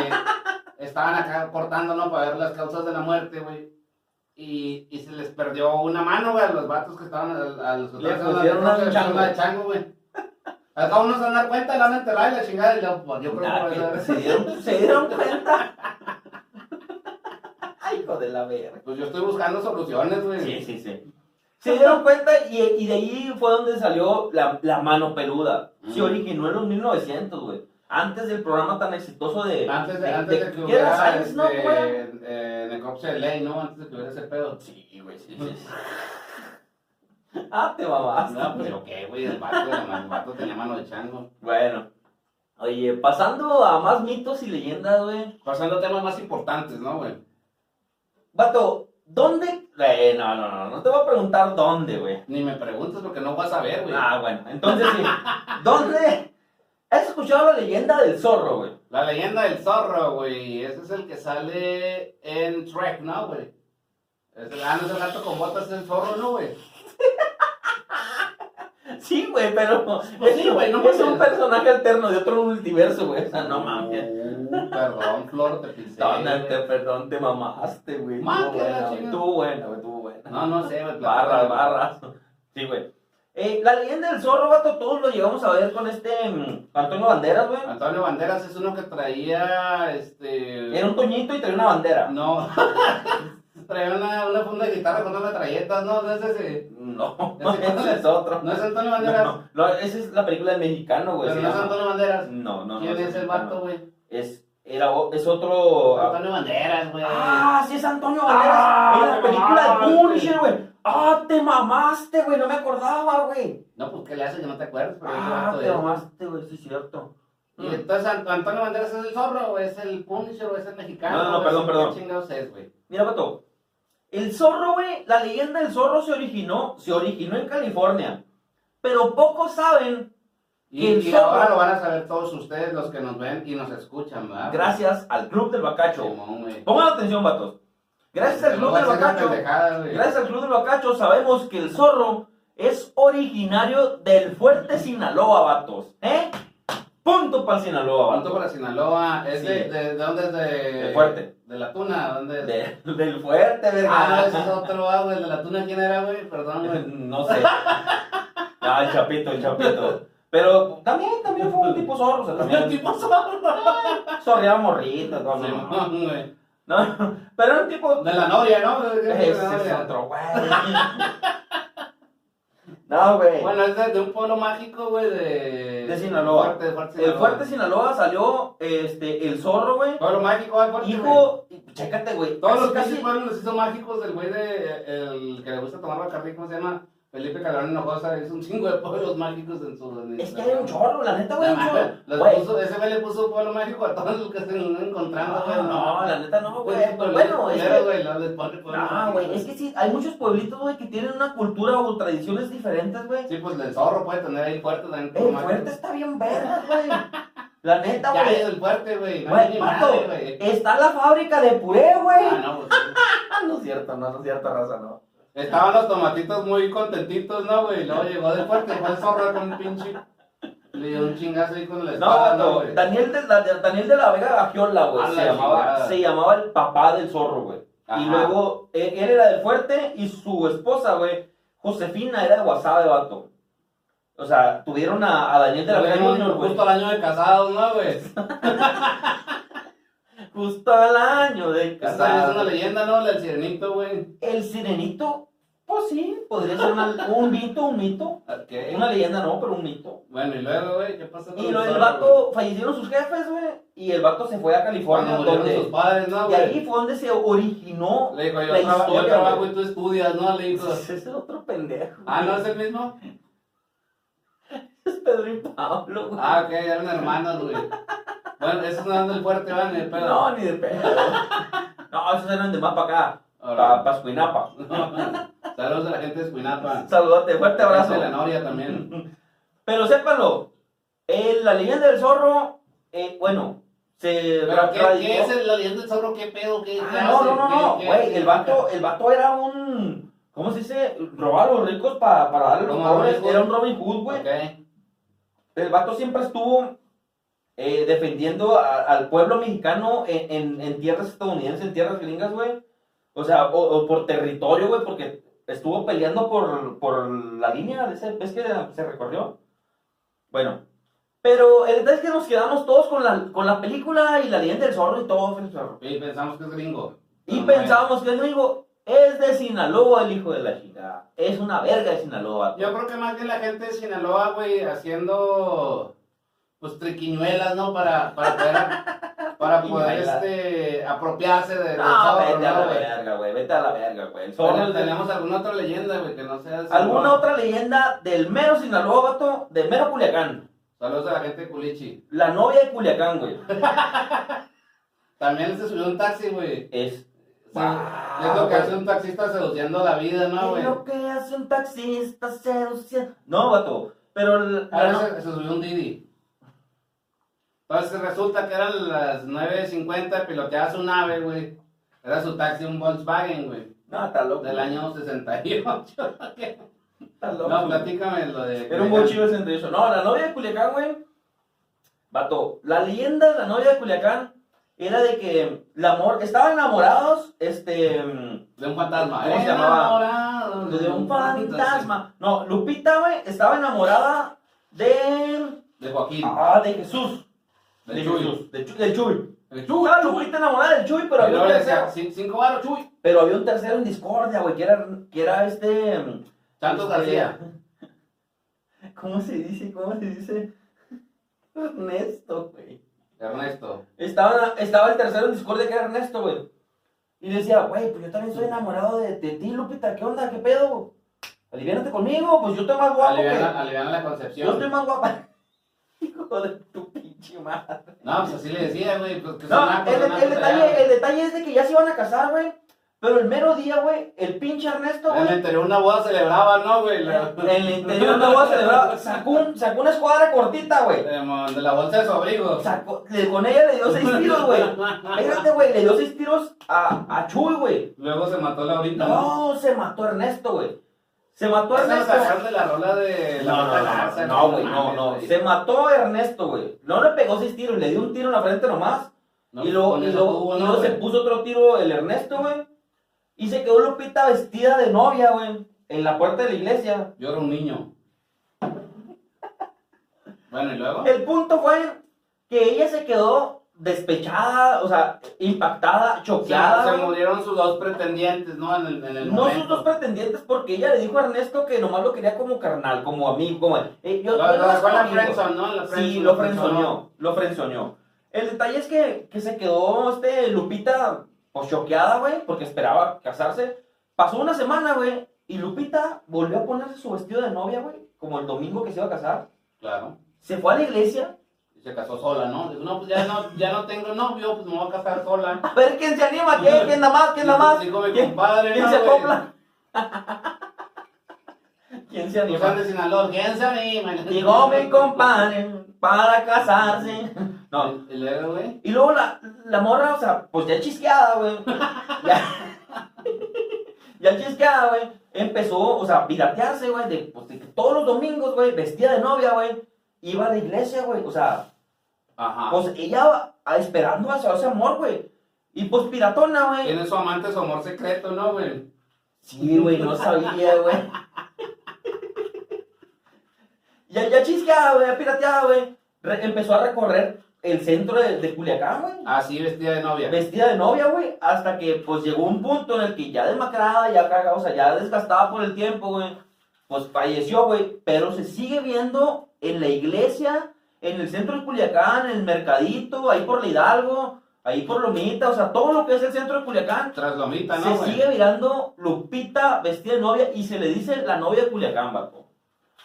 Speaker 3: estaban acá cortando, ¿no? Para ver las causas de la muerte, güey. Y, y se les perdió una mano, güey, a los vatos que estaban, a, a los que
Speaker 2: Le
Speaker 3: estaban
Speaker 2: pusieron
Speaker 3: haciendo
Speaker 2: un
Speaker 3: la
Speaker 2: chango.
Speaker 3: de chango, güey. Acá uno se van a dar cuenta, la van a enterrar y la chingada, y yo, pues, yo creo
Speaker 2: Nah,
Speaker 3: que
Speaker 2: que
Speaker 3: por eso-
Speaker 2: se, dieron, se dieron cuenta. Ay, hijo de la verga.
Speaker 3: Pues yo estoy buscando soluciones, güey.
Speaker 2: Sí, sí, sí. Se dieron cuenta y, y de ahí fue donde salió la, la mano peluda. Se
Speaker 3: Mm.
Speaker 2: originó en los 1900, güey. Antes del programa tan exitoso de...
Speaker 3: Antes de, antes de que
Speaker 2: ¿qué era?
Speaker 3: hubiera
Speaker 2: Science, ¿no, güey?
Speaker 3: este, eh, necropsia de ley, ¿no? Antes de que hubiera ese pedo. Pues,
Speaker 2: Sí, güey, sí, sí. sí. ah, te mamaste.
Speaker 3: No, pero qué, güey, el vato, el vato tenía mano de chango.
Speaker 2: Bueno. Oye, pasando a más mitos y leyendas, güey.
Speaker 3: Pasando a temas más importantes, ¿no, güey?
Speaker 2: Vato, ¿dónde? Eh, no, no, no, no te voy a preguntar dónde, güey.
Speaker 3: Ni me preguntes porque no vas a ver, güey.
Speaker 2: Ah, bueno, entonces sí. ¿Dónde? ¿Has escuchado la leyenda del zorro, güey?
Speaker 3: La leyenda del zorro, güey. Ese es el que sale en Trek, ¿no, güey? Es el, ah, no es el gato con botas, es el zorro, ¿no, güey?
Speaker 2: Sí, güey, pero
Speaker 3: Pues
Speaker 2: es,
Speaker 3: sí, güey, no
Speaker 2: es un
Speaker 3: mames.
Speaker 2: personaje alterno de otro multiverso, güey. O sea, Ah, no mames.
Speaker 3: Uh, Perdón, Flor, te pisé.
Speaker 2: Donald, te- perdón, te mamaste, güey.
Speaker 3: Más
Speaker 2: Estuvo
Speaker 3: que la
Speaker 2: buena, güey.
Speaker 3: chingada.
Speaker 2: Estuvo buena, güey, estuvo buena.
Speaker 3: No, no sé, güey.
Speaker 2: Barras, barras. Sí, güey. Eh, la leyenda del zorro, vato, todos lo llegamos a ver con este mm, Antonio Banderas, güey.
Speaker 3: Antonio Banderas es uno que traía, este...
Speaker 2: Era un toñito y traía una bandera.
Speaker 3: No. traía una, una funda de guitarra con unas metralletas, ¿no? No es ese...
Speaker 2: No,
Speaker 3: Ese-
Speaker 2: ese es otro.
Speaker 3: No es Antonio
Speaker 2: No,
Speaker 3: Banderas.
Speaker 2: no, no, esa es la película del mexicano, güey.
Speaker 3: pero
Speaker 2: se
Speaker 3: no es
Speaker 2: llama.
Speaker 3: Antonio Banderas.
Speaker 2: Pues No, no, no.
Speaker 3: ¿Quién es el vato,
Speaker 2: vato?
Speaker 3: güey?
Speaker 2: Es, era, o- es otro...
Speaker 3: Antonio Banderas, güey.
Speaker 2: Ah, sí es Antonio Banderas.
Speaker 3: Ah,
Speaker 2: en la
Speaker 3: te
Speaker 2: película de
Speaker 3: mamaste.
Speaker 2: Punisher, güey. Ah, te mamaste, güey. No me acordaba, güey.
Speaker 3: No, pues, ¿qué le hace que no te acuerdas? Pero es el
Speaker 2: Ah,
Speaker 3: vato
Speaker 2: te
Speaker 3: de-
Speaker 2: mamaste, güey. Sí es cierto.
Speaker 3: Y entonces Ant- Antonio Banderas es el zorro, o es el Punisher, o es el mexicano.
Speaker 2: No, no, no,
Speaker 3: o es
Speaker 2: perdón,
Speaker 3: el-
Speaker 2: perdón.
Speaker 3: ¿Qué chingados es, güey?
Speaker 2: Mira, Pato. El zorro, güey, la leyenda del zorro se originó, se originó en California. Pero pocos saben,
Speaker 3: Y,
Speaker 2: Y el
Speaker 3: y
Speaker 2: zorro.
Speaker 3: ahora lo van a saber todos ustedes, los que nos ven y nos escuchan, ¿verdad?
Speaker 2: gracias al Club del Bacacho.
Speaker 3: Simón, güey.
Speaker 2: Pongan atención, vatos. Gracias al
Speaker 3: Que no
Speaker 2: Club
Speaker 3: va a
Speaker 2: del
Speaker 3: ser una
Speaker 2: Bacacho.
Speaker 3: pendejada, güey.
Speaker 2: Gracias al Club del Bacacho sabemos que el zorro es originario del fuerte Sinaloa, vatos. ¿Eh? Punto para el Sinaloa,
Speaker 3: Punto
Speaker 2: vatos.
Speaker 3: para Sinaloa. ¿Es
Speaker 2: Sí.
Speaker 3: de, de, de dónde es? De,
Speaker 2: De Fuerte.
Speaker 3: De la tuna, ¿dónde es?
Speaker 2: De- del fuerte,
Speaker 3: Ah,
Speaker 2: verga.
Speaker 3: ese es otro, ah, güey. ¿El de la tuna quién era, güey? Perdón, güey.
Speaker 2: No sé. Ah, el chapito, el chapito. Pero también, también fue un tipo zorro, o sea,
Speaker 3: El
Speaker 2: también
Speaker 3: tipo zorro.
Speaker 2: zorreaba morrito, todo, no, no,
Speaker 3: Simón, güey.
Speaker 2: no. Pero era un tipo...
Speaker 3: De la novia, ¿no?
Speaker 2: Ese es otro, güey. No, güey.
Speaker 3: Bueno, es de, de un pueblo mágico, güey, de...
Speaker 2: De Sinaloa.
Speaker 3: Fuerte, de
Speaker 2: El
Speaker 3: fuerte Sinaloa.
Speaker 2: fuerte Sinaloa salió, este, el zorro, güey.
Speaker 3: Pueblo mágico, ¿eh? Fuerte, güey.
Speaker 2: Hijo, chécate, güey.
Speaker 3: Todos
Speaker 2: casi,
Speaker 3: los casi
Speaker 2: casi-
Speaker 3: pueblos los hizo mágicos, el güey de... El que le gusta tomar bacarrí, ¿cómo se llama? Felipe Calderón Hinojosa, hizo un chingo de pueblos mágicos en su... en-
Speaker 2: Es que hay un chorro, la neta, güey,
Speaker 3: No,
Speaker 2: un chorro.
Speaker 3: los
Speaker 2: Güey,
Speaker 3: puso- ese güey le puso pueblo mágico a todos los que se lo encontrando, güey.
Speaker 2: no, Ah, no, la neta no, güey.
Speaker 3: Pinches
Speaker 2: Pero
Speaker 3: pueblos
Speaker 2: bueno, es
Speaker 3: culeros,
Speaker 2: que...
Speaker 3: güey, no les pone pueblo
Speaker 2: No,
Speaker 3: mágico,
Speaker 2: güey, es que sí, hay muchos pueblitos, güey, que tienen una cultura o tradiciones diferentes, güey.
Speaker 3: Sí, pues el zorro puede tener ahí fuerte también.
Speaker 2: El
Speaker 3: pueblo mágico.
Speaker 2: fuerte está bien verga, güey. La neta,
Speaker 3: Ya es
Speaker 2: güey.
Speaker 3: el fuerte, güey. No hay
Speaker 2: Güey,
Speaker 3: ni
Speaker 2: pato,
Speaker 3: madre, güey.
Speaker 2: está la fábrica de puré, güey.
Speaker 3: Ah, no, pues, sí.
Speaker 2: Ah, no es cierto, no, no es cierto, raza, no.
Speaker 3: Estaban los tomatitos muy contentitos, ¿no, güey? Luego llegó del fuerte, fue el zorro con un pinche. Le dio un chingazo ahí con la espada,
Speaker 2: No,
Speaker 3: ¿no,
Speaker 2: no,
Speaker 3: güey?
Speaker 2: Daniel de, la, Daniel de la Vega Gagiola, güey.
Speaker 3: A la
Speaker 2: Se llamaba,
Speaker 3: chingada.
Speaker 2: se llamaba el papá del zorro, güey.
Speaker 3: Ajá.
Speaker 2: Y luego, eh, él era del fuerte y su esposa, güey, Josefina, era de Guasave, vato. O sea, tuvieron a, a Daniel de la Vega Junior, güey.
Speaker 3: Justo al año de casados, ¿no, güey?
Speaker 2: Justo al año de
Speaker 3: Esa también es una
Speaker 2: casado.
Speaker 3: leyenda, ¿no? La del sirenito, güey.
Speaker 2: El sirenito, pues sí, podría ser una- un mito, un mito.
Speaker 3: Ok.
Speaker 2: Una leyenda no, pero un mito.
Speaker 3: Bueno, y luego, güey, ¿qué pasó con
Speaker 2: Y lo, el
Speaker 3: zorro, güey?
Speaker 2: vato, fallecieron sus jefes, güey. Y el vato se fue a California,
Speaker 3: Cuando murieron
Speaker 2: donde...
Speaker 3: sus padres, ¿no,
Speaker 2: Y ahí
Speaker 3: güey?
Speaker 2: fue donde se originó
Speaker 3: Le dijo, yo,
Speaker 2: la
Speaker 3: traba- yo
Speaker 2: historia,
Speaker 3: trabajo
Speaker 2: güey.
Speaker 3: y tú estudias, ¿no? Le dijo.
Speaker 2: Ese es otro pendejo.
Speaker 3: Ah, ¿no es el mismo?
Speaker 2: Es Pedro y Pablo, güey.
Speaker 3: Ah, ok, eran hermanos, güey. Bueno, eso no es del fuerte, ¿van? Ni de pedo.
Speaker 2: No, ni de pedo. no, esos eran de más para acá. Para
Speaker 3: Ahora.
Speaker 2: Pascuinapa.
Speaker 3: Saludos a la gente de Escuinapa.
Speaker 2: Saludate, fuerte abrazo.
Speaker 3: De la Noria también.
Speaker 2: Pero sépanlo, eh, la leyenda del zorro, eh, bueno, se
Speaker 3: Pero ¿qué,
Speaker 2: radicó-
Speaker 3: qué es el, la leyenda del zorro? ¿Qué pedo? ¿Qué,
Speaker 2: Ah,
Speaker 3: qué
Speaker 2: no,
Speaker 3: hace?
Speaker 2: no, no,
Speaker 3: ¿Qué-
Speaker 2: no,
Speaker 3: qué-
Speaker 2: güey,
Speaker 3: qué-
Speaker 2: el vato, el vato era un, ¿cómo se dice? Robar a los ricos para para darle a los
Speaker 3: Como Robin
Speaker 2: pobres,
Speaker 3: Hood.
Speaker 2: era un Robin Hood, güey.
Speaker 3: Ok.
Speaker 2: El vato siempre estuvo eh, defendiendo a- al pueblo mexicano en, en- en tierras estadounidenses, en tierras gringas, güey. O sea, o, o por territorio, güey, porque estuvo peleando por, por la línea de ese ¿ves que se recorrió. Bueno, pero el detalle es que nos quedamos todos con la, con la película y la leyenda del zorro y todo. fue el zorro.
Speaker 3: Y pensamos que es gringo.
Speaker 2: Y
Speaker 3: No,
Speaker 2: pensábamos que el gringo es de Sinaloa, el hijo de la chica. Es una verga de Sinaloa.
Speaker 3: güey. Yo creo que más bien la gente de Sinaloa, güey, haciendo pues triquiñuelas, ¿no? Para, para poder, para poder
Speaker 2: Triquiñuelas.
Speaker 3: este, apropiarse de, del
Speaker 2: No,
Speaker 3: zorro,
Speaker 2: vete a la
Speaker 3: ¿no, güey?
Speaker 2: verga, güey. Vete a la verga, güey. El zorro
Speaker 3: Bueno,
Speaker 2: es de
Speaker 3: tenemos alguna otra leyenda, güey, que no sea de
Speaker 2: ¿Alguna
Speaker 3: Sinaloa?
Speaker 2: otra leyenda del mero Sinaloa, vato? Del mero Culiacán.
Speaker 3: Saludos a la gente de Culichi.
Speaker 2: La novia de Culiacán, güey.
Speaker 3: También se subió un taxi, güey.
Speaker 2: Es.
Speaker 3: Sí,
Speaker 2: Wow,
Speaker 3: es lo que
Speaker 2: Ah, güey.
Speaker 3: hace un taxista seduciendo la vida, ¿no, güey?
Speaker 2: Es lo que hace un taxista seduciendo. No, vato. Pero. el- la
Speaker 3: Ahora
Speaker 2: no-
Speaker 3: se, se subió un Didi. Entonces resulta que eran las 9.50, piloteaba su nave, güey. Era su taxi, un Volkswagen, güey.
Speaker 2: No, está loco.
Speaker 3: Del año 68.
Speaker 2: Está loco.
Speaker 3: No, platícame lo de.
Speaker 2: Era un bochillo de 68. No, la novia de Culiacán, güey. Vato, la leyenda de la novia de Culiacán era de que la mor estaban enamorados, este. mm,
Speaker 3: De un fantasma. ¿eh?
Speaker 2: ¿Cómo se
Speaker 3: Era
Speaker 2: llamaba?
Speaker 3: enamorado
Speaker 2: De un fantasma. No, Lupita, güey, estaba enamorada de.
Speaker 3: De Joaquín.
Speaker 2: Ah, de Jesús.
Speaker 3: De
Speaker 2: De
Speaker 3: Chuy.
Speaker 2: Jesús. De Chu- del Chuy.
Speaker 3: El Chuy.
Speaker 2: Estaba Lupita enamorada del Chuy, pero
Speaker 3: Y
Speaker 2: había
Speaker 3: luego
Speaker 2: un
Speaker 3: le
Speaker 2: tercero.
Speaker 3: decía, "Cin- cinco baros, Chuy.
Speaker 2: Pero había un tercero en discordia, güey, que era, que era este. mm,
Speaker 3: Santos
Speaker 2: este,
Speaker 3: García.
Speaker 2: ¿Cómo se dice? ¿Cómo se dice? Ernesto, güey.
Speaker 3: Ernesto.
Speaker 2: Estaba, estaba el tercero en discordia que era Ernesto, güey. Y decía, güey, pues yo también soy enamorado de, de ti, Lupita, ¿qué onda? ¿Qué pedo? Aliviánate conmigo, pues yo estoy más guapo,
Speaker 3: Aliviana,
Speaker 2: güey.
Speaker 3: aliviana la
Speaker 2: Yo estoy
Speaker 3: concepción.
Speaker 2: más guapa. Hijo de tu pinche madre.
Speaker 3: No, pues así le decía, güey. Pues, que
Speaker 2: No,
Speaker 3: sonaba,
Speaker 2: el,
Speaker 3: sonaba,
Speaker 2: el
Speaker 3: sonaba.
Speaker 2: detalle, el detalle es de que ya se iban a casar, güey. Pero el mero día, güey, el pinche Ernesto,
Speaker 3: En el
Speaker 2: güey.
Speaker 3: interior una boda celebraba, ¿no, güey? La-
Speaker 2: En el interior no voy a celebrar. Sacó, un- sacó una escuadra cortita, güey.
Speaker 3: Simón, De la bolsa de su abrigo.
Speaker 2: Sacó- le- con ella le dio seis tiros, güey. Espérate, güey, le dio seis tiros a, a Chuy, güey.
Speaker 3: Luego se mató la ahorita.
Speaker 2: No, se mató Ernesto, güey. Se mató
Speaker 3: Esa la sacaron
Speaker 2: Ernesto.
Speaker 3: de la rola de la
Speaker 2: No, no,
Speaker 3: Mata
Speaker 2: no,
Speaker 3: Garza,
Speaker 2: no, güey, no,
Speaker 3: mames,
Speaker 2: no.
Speaker 3: güey.
Speaker 2: Se mató Ernesto, güey. No le pegó seis tiros, le dio un tiro en la frente nomás.
Speaker 3: No,
Speaker 2: y luego,
Speaker 3: con
Speaker 2: y
Speaker 3: eso
Speaker 2: luego-
Speaker 3: tuvo,
Speaker 2: y
Speaker 3: ¿no,
Speaker 2: luego se
Speaker 3: güey?
Speaker 2: puso otro tiro el Ernesto, güey. Y se quedó Lupita vestida de novia, güey. En la puerta de la iglesia.
Speaker 3: Yo era un niño. Bueno, y luego.
Speaker 2: El punto fue que ella se quedó despechada, o sea, impactada,
Speaker 3: Se,
Speaker 2: choqueada.
Speaker 3: se
Speaker 2: güey.
Speaker 3: murieron sus dos pretendientes, ¿no? En el, en el
Speaker 2: No sus
Speaker 3: momento.
Speaker 2: dos pretendientes porque ella le dijo a Ernesto que nomás lo quería como carnal, como amigo. Como, eh, yo,
Speaker 3: Lo-
Speaker 2: yo
Speaker 3: lo
Speaker 2: no
Speaker 3: dejó en la
Speaker 2: amigo.
Speaker 3: friendzone, ¿no? En la
Speaker 2: Sí,
Speaker 3: friendzone,
Speaker 2: lo
Speaker 3: lo friendzoneó.
Speaker 2: frenzoneó, lo frenzoneó. El detalle es que, que se quedó este Lupita pues, choqueada, güey, porque esperaba casarse. Pasó una semana, güey, y Lupita volvió a ponerse su vestido de novia, güey, como el domingo que se iba a casar.
Speaker 3: Claro.
Speaker 2: Se fue a la iglesia
Speaker 3: Y se casó sola, ¿no? Dijo, no, pues ya no, ya no tengo novio, pues me voy a casar sola.
Speaker 2: a ver quién se anima, quién, quién da más, quién da
Speaker 3: Dijo-
Speaker 2: más.
Speaker 3: Dijo mi
Speaker 2: Ah, ¿Quién-
Speaker 3: compadre,
Speaker 2: ¿Quién
Speaker 3: ¿no,
Speaker 2: se
Speaker 3: güey?
Speaker 2: acopla? ¿Quién se
Speaker 3: Pues
Speaker 2: anima?
Speaker 3: son de Sinaloa, ¿quién se anima?
Speaker 2: Llegó mi compadre para casarse. No.
Speaker 3: Y luego, güey.
Speaker 2: Y luego la, la morra, o sea, pues ya chisqueada, güey. Ya, ya chisqueada, güey. Empezó, o sea, a piratearse, güey. De, pues, de que todos los domingos, güey, vestida de novia, güey. Iba a la iglesia, güey. O sea,
Speaker 3: Ajá.
Speaker 2: pues ella a- esperando a su- a ese amor, güey. Y pues piratona, güey.
Speaker 3: Tiene su amante, su amor secreto, ¿no, güey?
Speaker 2: Sí, güey, no sabía, güey. ya, ya chisqueaba, güey, ya pirateaba, güey. Re- empezó a recorrer el centro de, de Culiacán, güey.
Speaker 3: Así vestida de novia.
Speaker 2: Vestida de novia, güey. Hasta que, pues, llegó un punto en el que ya demacrada, ya cagada, o sea, ya desgastada por el tiempo, güey. Pues falleció, güey. Pero se sigue viendo en la iglesia, en el centro de Culiacán, en el mercadito, ahí por la Hidalgo, ahí por Lomita, o sea, todo lo que es el centro de Culiacán.
Speaker 3: Traslomita,
Speaker 2: Se
Speaker 3: ¿no, güey?
Speaker 2: sigue mirando Lupita vestida de novia y se le dice la novia de Culiacán, vato.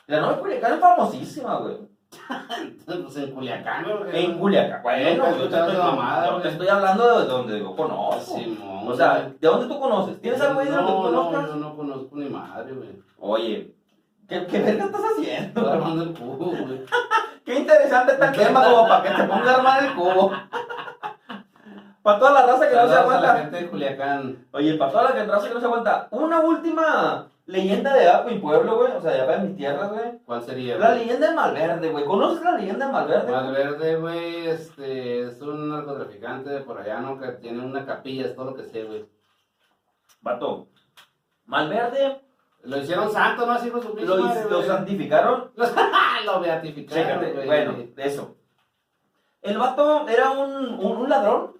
Speaker 2: La novia de Culiacán es famosísima, güey.
Speaker 3: Pues en Culiacán, güey.
Speaker 2: En Culiacán. Bueno,
Speaker 3: Nunca
Speaker 2: güey,
Speaker 3: escuchaba esa mamada,
Speaker 2: yo te
Speaker 3: güey.
Speaker 2: estoy hablando de donde yo conozco.
Speaker 3: Simón.
Speaker 2: O sea, ¿de dónde tú conoces? ¿Tienes algo ahí de donde tú
Speaker 3: No, no,
Speaker 2: conozcas?
Speaker 3: yo no conozco ni madre, güey.
Speaker 2: Oye, ¿qué, qué verga estás
Speaker 3: Estoy
Speaker 2: haciendo?
Speaker 3: armando el cubo, güey.
Speaker 2: Qué interesante está el tema como para que te ponga a armar el cubo. Para toda la raza que no se
Speaker 3: Saludos a la
Speaker 2: aguanta.
Speaker 3: gente de Culiacán.
Speaker 2: Oye, para toda la raza que no se aguanta. Una última leyenda de allá de mi pueblo, güey. O sea, de allá de mis tierras, güey.
Speaker 3: ¿Cuál sería?
Speaker 2: La
Speaker 3: güey?
Speaker 2: leyenda de Malverde, güey. ¿Conoces la leyenda de Malverde?
Speaker 3: Valverde, güey, este, es un narcotraficante de por allá, ¿no? Que tiene una capilla, es todo lo que sé, güey.
Speaker 2: Vato. Malverde
Speaker 3: Lo hicieron santo, ¿no? Así con su pinche
Speaker 2: lo,
Speaker 3: madre,
Speaker 2: lo
Speaker 3: güey.
Speaker 2: santificaron.
Speaker 3: Lo beatificaron,
Speaker 2: Chécate,
Speaker 3: güey.
Speaker 2: bueno, eso. El vato era un, un, un ladrón.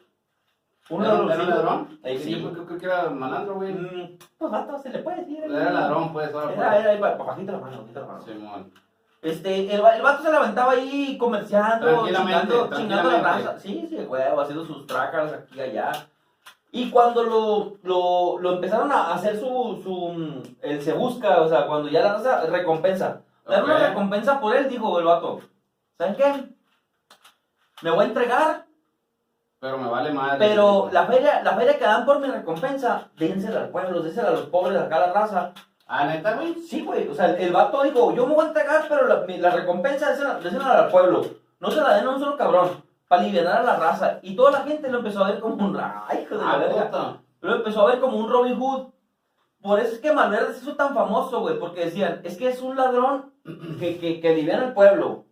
Speaker 2: Un
Speaker 3: ¿Era un
Speaker 2: ladroncillo.
Speaker 3: ladrón?
Speaker 2: Ahí
Speaker 3: Sí,
Speaker 2: sí.
Speaker 3: Yo creo- creo que era malandro, güey.
Speaker 2: Mm, Pues vato, se le puede decir. ¿eh?
Speaker 3: Era ladrón, pues, ahora.
Speaker 2: Era, era, era, bajito la mano, bajito la mano.
Speaker 3: Simón.
Speaker 2: Este, el, va- el vato se levantaba ahí comerciando,
Speaker 3: Tranquilamente,
Speaker 2: chingando, chingando la
Speaker 3: tranquilamente.
Speaker 2: raza. Sí, sí, güey, haciendo sus trácaras aquí y allá. Y cuando lo, lo, lo empezaron a hacer su, su, mm, el se busca, o sea, cuando ya la raza recompensa. Dar una
Speaker 3: Ok.
Speaker 2: recompensa por él, dijo el vato. ¿Saben qué? Me voy a entregar,
Speaker 3: Pero me vale madre.
Speaker 2: pero
Speaker 3: güey.
Speaker 2: la feria, la feria que dan por mi recompensa, dénsela al pueblo, dénsela a los pobres acá a la raza.
Speaker 3: Ah, neta, güey.
Speaker 2: Sí, güey, o sea, el, el vato dijo, yo me voy a entregar, pero la, mi- la recompensa es la, désela al pueblo. No se la den a un solo cabrón. para aliviar a la raza. Y toda la gente lo empezó a ver como un... ¡Ay, hijo de la
Speaker 3: Ah,
Speaker 2: verga!
Speaker 3: puta.
Speaker 2: Lo empezó a ver como un Robin Hood. Por eso es que Malverde se hizo tan famoso, güey. Porque decían, es que es un ladrón que, que, que libera al pueblo.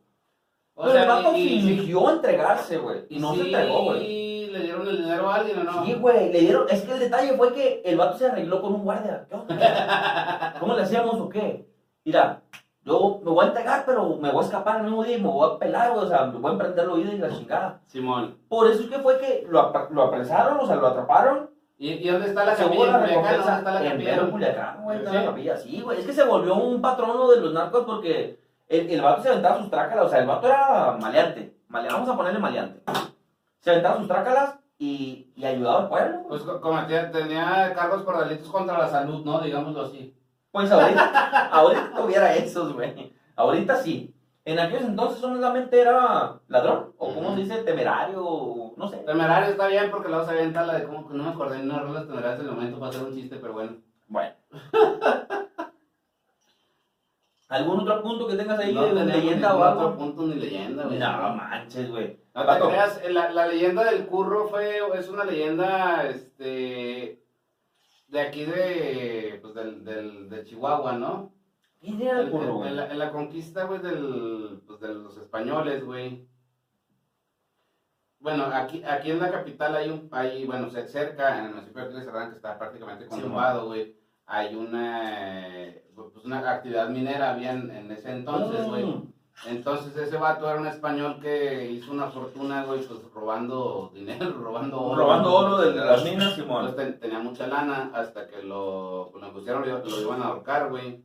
Speaker 3: O
Speaker 2: Pero el
Speaker 3: sea,
Speaker 2: vato
Speaker 3: y- y-
Speaker 2: fingió entregarse, güey. Y no
Speaker 3: sí,
Speaker 2: se entregó, güey.
Speaker 3: Y le dieron el dinero a alguien, ¿o no?
Speaker 2: Sí, güey, le dieron. Es que el detalle fue que el vato se arregló con un guardia. ¿Qué onda? ¿Cómo le hacíamos o qué? Mira, yo me voy a entregar, pero me voy a escapar el mismo día y me voy a pelar, güey. O sea, me voy a emprender la vida y la chingada.
Speaker 3: Simón.
Speaker 2: Por eso es que fue que lo, apre- lo apresaron, o sea, lo atraparon.
Speaker 3: ¿Y, y dónde está la
Speaker 2: Se
Speaker 3: capilla
Speaker 2: hubo
Speaker 3: de
Speaker 2: la
Speaker 3: Culiacán? ¿Dónde
Speaker 2: recompensa
Speaker 3: está la
Speaker 2: en
Speaker 3: capilla?
Speaker 2: Vero Culiacán, güey, está
Speaker 3: Sí.
Speaker 2: la capilla, sí, güey. Es que se volvió un patrono de los narcos porque el, el vato se aventaba sus trácalas, o sea, el vato era maleante. male- vamos a ponerle maleante. Se aventaba sus trácalas y, y ayudaba al pueblo. güey.
Speaker 3: Pues co- cometía, tenía cargos por delitos contra la salud, ¿no? Digámoslo así.
Speaker 2: Pues ahorita, ahorita tuviera esos, güey. Ahorita sí. En aquellos entonces solamente era ladrón, o como
Speaker 3: Ujú.
Speaker 2: se dice, temerario, o no sé.
Speaker 3: Temerario está bien porque luego se avienta la de como que no me acordé ni una rola de temerarios del momento para hacer un chiste, pero bueno.
Speaker 2: Bueno. ¿Algún otro punto que tengas ahí
Speaker 3: no
Speaker 2: de
Speaker 3: tenemos
Speaker 2: leyenda o
Speaker 3: ningún
Speaker 2: algo?
Speaker 3: otro punto ni leyenda, güey.
Speaker 2: No manches, güey.
Speaker 3: No te
Speaker 2: Vato,
Speaker 3: creas, eh, la, la leyenda del curro fue, es una leyenda, este, de aquí de, pues del, del, de Chihuahua, ¿no?
Speaker 2: ¿Quién era el burro,
Speaker 3: En,
Speaker 2: güey?
Speaker 3: la, en la conquista, güey, del, pues de los españoles, güey. Bueno, aquí, aquí en la capital hay un, hay, bueno, ce- cerca, en el municipio de Aquiles Serrán, que está prácticamente contumbado, güey, hay una, eh, pues una actividad minera había en, en ese entonces, güey.
Speaker 2: Mm.
Speaker 3: Entonces ese vato era un español que hizo una fortuna, güey, pues robando dinero, robando oro.
Speaker 2: Robando oro de de las minas, Simón.
Speaker 3: Entonces ten- este, tenía mucha lana hasta que lo, pues, lo pusieron, lo, lo iban a ahorcar, güey.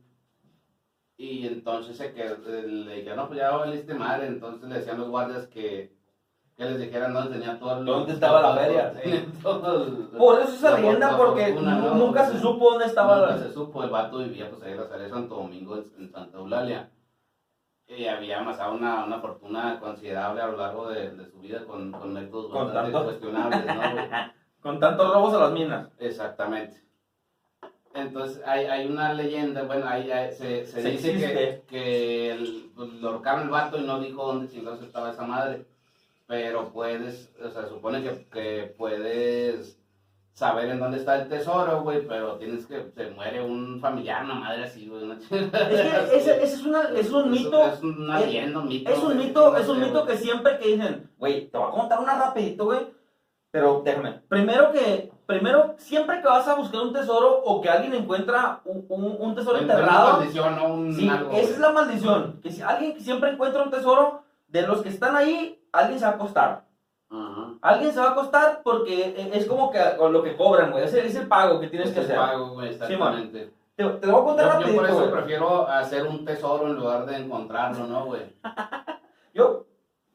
Speaker 3: Y entonces se quedó, le dijeron, no, pues ya valiste madre. Entonces le decían los guardias que, que les dijeran dónde tenía todo el...
Speaker 2: ¿Dónde estaba la feria?
Speaker 3: Sí, todo el-
Speaker 2: Por eso es esa
Speaker 3: Pues, la
Speaker 2: leyenda,
Speaker 3: fortuna,
Speaker 2: porque
Speaker 3: fortuna,
Speaker 2: nu-
Speaker 3: ¿no?
Speaker 2: nunca se
Speaker 3: Pues,
Speaker 2: supo dónde estaba
Speaker 3: Nunca
Speaker 2: la...
Speaker 3: se supo, el vato vivía pues ahí en la salida de Santo Domingo, en, en Santa Eulalia. Y había amasado una, una fortuna considerable a lo largo de, de su vida con, con métodos
Speaker 2: Con
Speaker 3: bastante
Speaker 2: tanto.
Speaker 3: cuestionables, ¿no? güey?
Speaker 2: Con tantos robos a las minas.
Speaker 3: Exactamente. Entonces hay, hay una leyenda, bueno, hay, hay- se, se
Speaker 2: Se
Speaker 3: dice
Speaker 2: existe.
Speaker 3: que, que el- pues, lo ahorcaron el vato y no dijo dónde chingados estaba esa madre. Pero puedes, o sea, supone que, que puedes saber en dónde está el tesoro, güey, pero tienes que, se muere un familiar, una madre así, güey. una chingada
Speaker 2: Es que
Speaker 3: así.
Speaker 2: ese, ese es, una, es un mito...
Speaker 3: Es una
Speaker 2: es-
Speaker 3: leyenda, un mito.
Speaker 2: Es un
Speaker 3: güey,
Speaker 2: mito,
Speaker 3: no
Speaker 2: es un
Speaker 3: sé,
Speaker 2: mito
Speaker 3: güey.
Speaker 2: que siempre que dicen, güey, te voy a contar una rapidito, güey. Pero déjame. Primero que, primero, siempre que vas a buscar un tesoro o que alguien encuentra un, un- un tesoro
Speaker 3: Entra en una
Speaker 2: enterrado,
Speaker 3: condición, ¿no? Un
Speaker 2: Sí,
Speaker 3: algo,
Speaker 2: esa
Speaker 3: güey.
Speaker 2: es la maldición. Que si alguien que siempre encuentra un tesoro, de los que están ahí, alguien se va a acostar.
Speaker 3: Ajá.
Speaker 2: Alguien se va a acostar porque e- es como que con lo que cobran, güey. Es el, es el pago que tienes
Speaker 3: Este Es
Speaker 2: que
Speaker 3: el
Speaker 2: hacer.
Speaker 3: pago, güey, exactamente.
Speaker 2: Te, te lo voy a contar
Speaker 3: Yo, yo
Speaker 2: rapidito,
Speaker 3: por eso
Speaker 2: güey.
Speaker 3: prefiero hacer un tesoro en lugar de encontrarlo, ¿no, güey?
Speaker 2: Yo,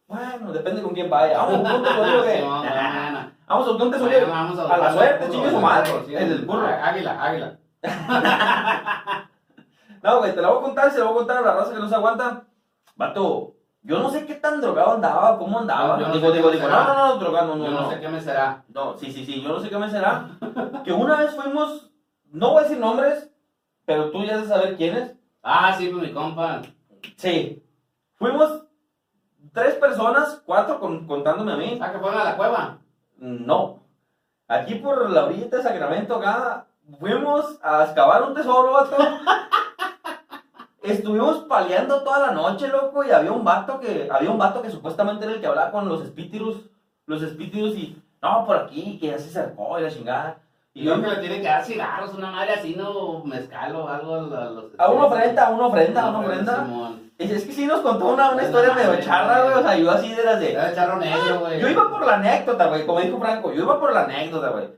Speaker 2: bueno, depende con quién vaya. Vamos a un tesoro,
Speaker 3: Sí,
Speaker 2: güey.
Speaker 3: no, no, no, no.
Speaker 2: Vamos a un tesoro.
Speaker 3: Bueno, vamos
Speaker 2: a la
Speaker 3: buscar
Speaker 2: suerte,
Speaker 3: el
Speaker 2: chingue su
Speaker 3: güey,
Speaker 2: madre,
Speaker 3: el sí, Ah,
Speaker 2: en el burro.
Speaker 3: Águila, águila.
Speaker 2: No, güey, te la voy a contar y se la voy a contar a la raza que no se aguanta. Vato, yo no sé qué tan drogado andaba, cómo andaba.
Speaker 3: Yo no
Speaker 2: digo,
Speaker 3: sé
Speaker 2: digo,
Speaker 3: qué
Speaker 2: digo, no,
Speaker 3: será.
Speaker 2: no, no, drogando, no,
Speaker 3: Yo
Speaker 2: no.
Speaker 3: no sé qué me será.
Speaker 2: No, sí, sí, sí, yo no sé qué me será. Que una vez fuimos, no voy a decir nombres, pero tú ya has de saber quién es.
Speaker 3: Ah, sí, mi compa.
Speaker 2: Sí. Fuimos tres personas, cuatro con- contándome a mí.
Speaker 3: Ah, que fueron a la cueva.
Speaker 2: No. Aquí por la orillita de Sacramento, acá, fuimos a excavar un tesoro, vato. Estuvimos paleando toda la noche, loco, y había un vato que, había un vato que supuestamente era el que hablaba con los espíritus, los espíritus y, no, por aquí, que ya se acercó y la chingada.
Speaker 3: Y yo que le tiene que dar cigarros, una madre así, no, mezcal o algo. A, los-
Speaker 2: A una ofrenda, a una ofrenda, a una ofrenda.
Speaker 3: Simón.
Speaker 2: Es, es que sí nos contó una, una historia medio charra, güey. O sea, yo así de las de.
Speaker 3: Era de charro negro, güey.
Speaker 2: Ah, Yo iba por la anécdota, güey. Como dijo Franco, yo iba por la anécdota, güey.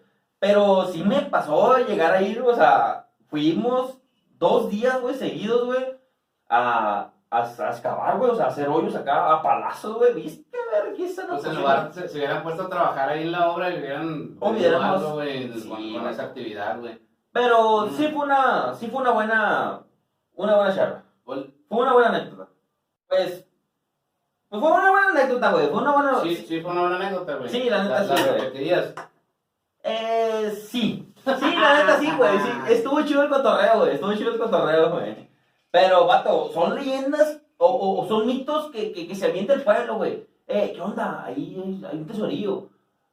Speaker 2: Pero sí me pasó llegar a ir, o sea, fuimos dos días, güey, seguidos, güey, a, a, a excavar, güey. O sea, a hacer hoyos acá, a palazos, güey. ¿Viste, vergüenza? No
Speaker 3: Pues en
Speaker 2: sé.
Speaker 3: lugar, se, se hubieran puesto a trabajar ahí en la obra y hubieran...
Speaker 2: O hubiéramos-
Speaker 3: algo, güey, con-
Speaker 2: Oh, Sí,
Speaker 3: con
Speaker 2: güey.
Speaker 3: esa actividad, güey. Mm.
Speaker 2: Pero sí fue una, sí fue una buena, una buena charla.
Speaker 3: Ol-
Speaker 2: Fue una buena anécdota. Pues, pues fue una buena anécdota, güey. Fue una buena.
Speaker 3: Sí, sí, fue una buena anécdota, güey.
Speaker 2: Sí, la neta
Speaker 3: Las-
Speaker 2: sí,
Speaker 3: las
Speaker 2: güey.
Speaker 3: repetirías.
Speaker 2: Eh, sí. Sí, la neta sí, güey. Sí,
Speaker 3: Ah.
Speaker 2: estuvo chido el cotorreo, güey. Estuvo chido el cotorreo, güey. Pero, vato, son leyendas o, o- o son mitos que, que, que se avienta el pueblo, güey. eh, ¿qué onda? Ahí hay- hay un tesorillo.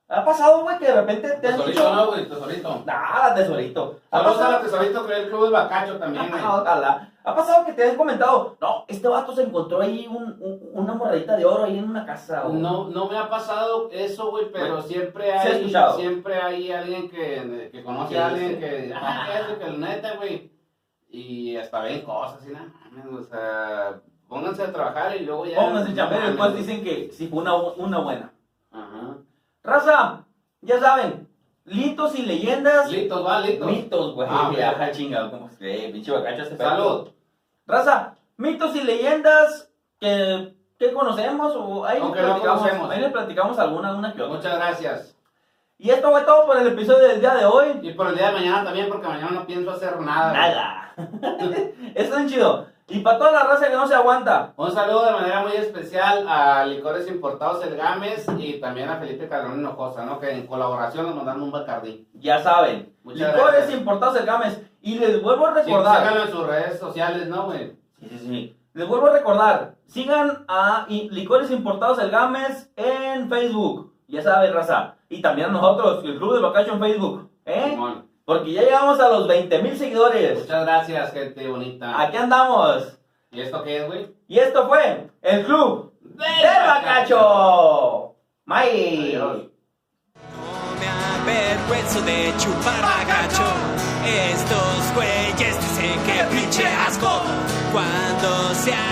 Speaker 2: Ha pasado, güey, que de repente te han
Speaker 3: Tesorito, no,
Speaker 2: dicho.
Speaker 3: güey, tesorito.
Speaker 2: Nada, tesorito. Ha
Speaker 3: Saludos a
Speaker 2: pasado,
Speaker 3: la tesorito que es el club del bacacho también, güey.
Speaker 2: Ah, ojalá. Ha pasado que te han comentado, no, este vato se encontró ahí un, un- una morradita de oro ahí en una casa. güey".
Speaker 3: No, no me ha pasado eso, güey, pero
Speaker 2: Bueno,
Speaker 3: siempre
Speaker 2: sí he
Speaker 3: hay,
Speaker 2: escuchado.
Speaker 3: siempre hay alguien que, que conoce
Speaker 2: Sí,
Speaker 3: a alguien
Speaker 2: sí.
Speaker 3: que, ah, que eso, que la neta, güey, y hasta ven cosas y nada, mames, o sea, pónganse a trabajar y luego ya.
Speaker 2: Pónganse chambero y después dicen que sí fue una, bu- una buena. Raza, ya saben, litos y leyendas.
Speaker 3: Litos, va, litos.
Speaker 2: Mitos, güey.
Speaker 3: Ah,
Speaker 2: Ya,
Speaker 3: ok.
Speaker 2: chingado, como que, eh, pinche bacacho este pedo.
Speaker 3: Salud.
Speaker 2: Raza, mitos y leyendas que, que conocemos o ahí
Speaker 3: O que
Speaker 2: les
Speaker 3: no
Speaker 2: platicamos,
Speaker 3: conocemos.
Speaker 2: ahí les platicamos alguna, una que otra.
Speaker 3: Muchas gracias.
Speaker 2: Y esto fue todo por el episodio del día de hoy.
Speaker 3: Y por el día de mañana también, porque mañana no pienso hacer nada. güey.
Speaker 2: Nada. Está bien chido. Y para toda la raza que no se aguanta.
Speaker 3: Un saludo de manera muy especial a Licores Importados El Gámez y también a Felipe Calderón Hinojosa, ¿no? Que en colaboración nos mandaron un bacardí.
Speaker 2: Ya saben,
Speaker 3: Muchas
Speaker 2: licores
Speaker 3: gracias.
Speaker 2: importados del Games. Y les vuelvo a
Speaker 3: Sí,
Speaker 2: recordar.
Speaker 3: síganlo en sus redes sociales, ¿no, güey?
Speaker 2: Sí, sí, sí. Les vuelvo a recordar, sigan a I- Licores Importados El Games en Facebook. Ya sabes, raza. Y también a nosotros, el Club de Bacacho en Facebook. ¿Eh?
Speaker 3: Simón.
Speaker 2: Porque ya llegamos a los 20 mil seguidores.
Speaker 3: Muchas gracias, gente bonita.
Speaker 2: Aquí andamos.
Speaker 3: ¿Y esto qué es, güey?
Speaker 2: Y esto fue el Club
Speaker 3: ¡De
Speaker 2: de Bacacho. May.
Speaker 3: Adiós.
Speaker 1: No me avergüenzo de chupar bagacho. Estos güeyes dicen que pinche asco. Cuando se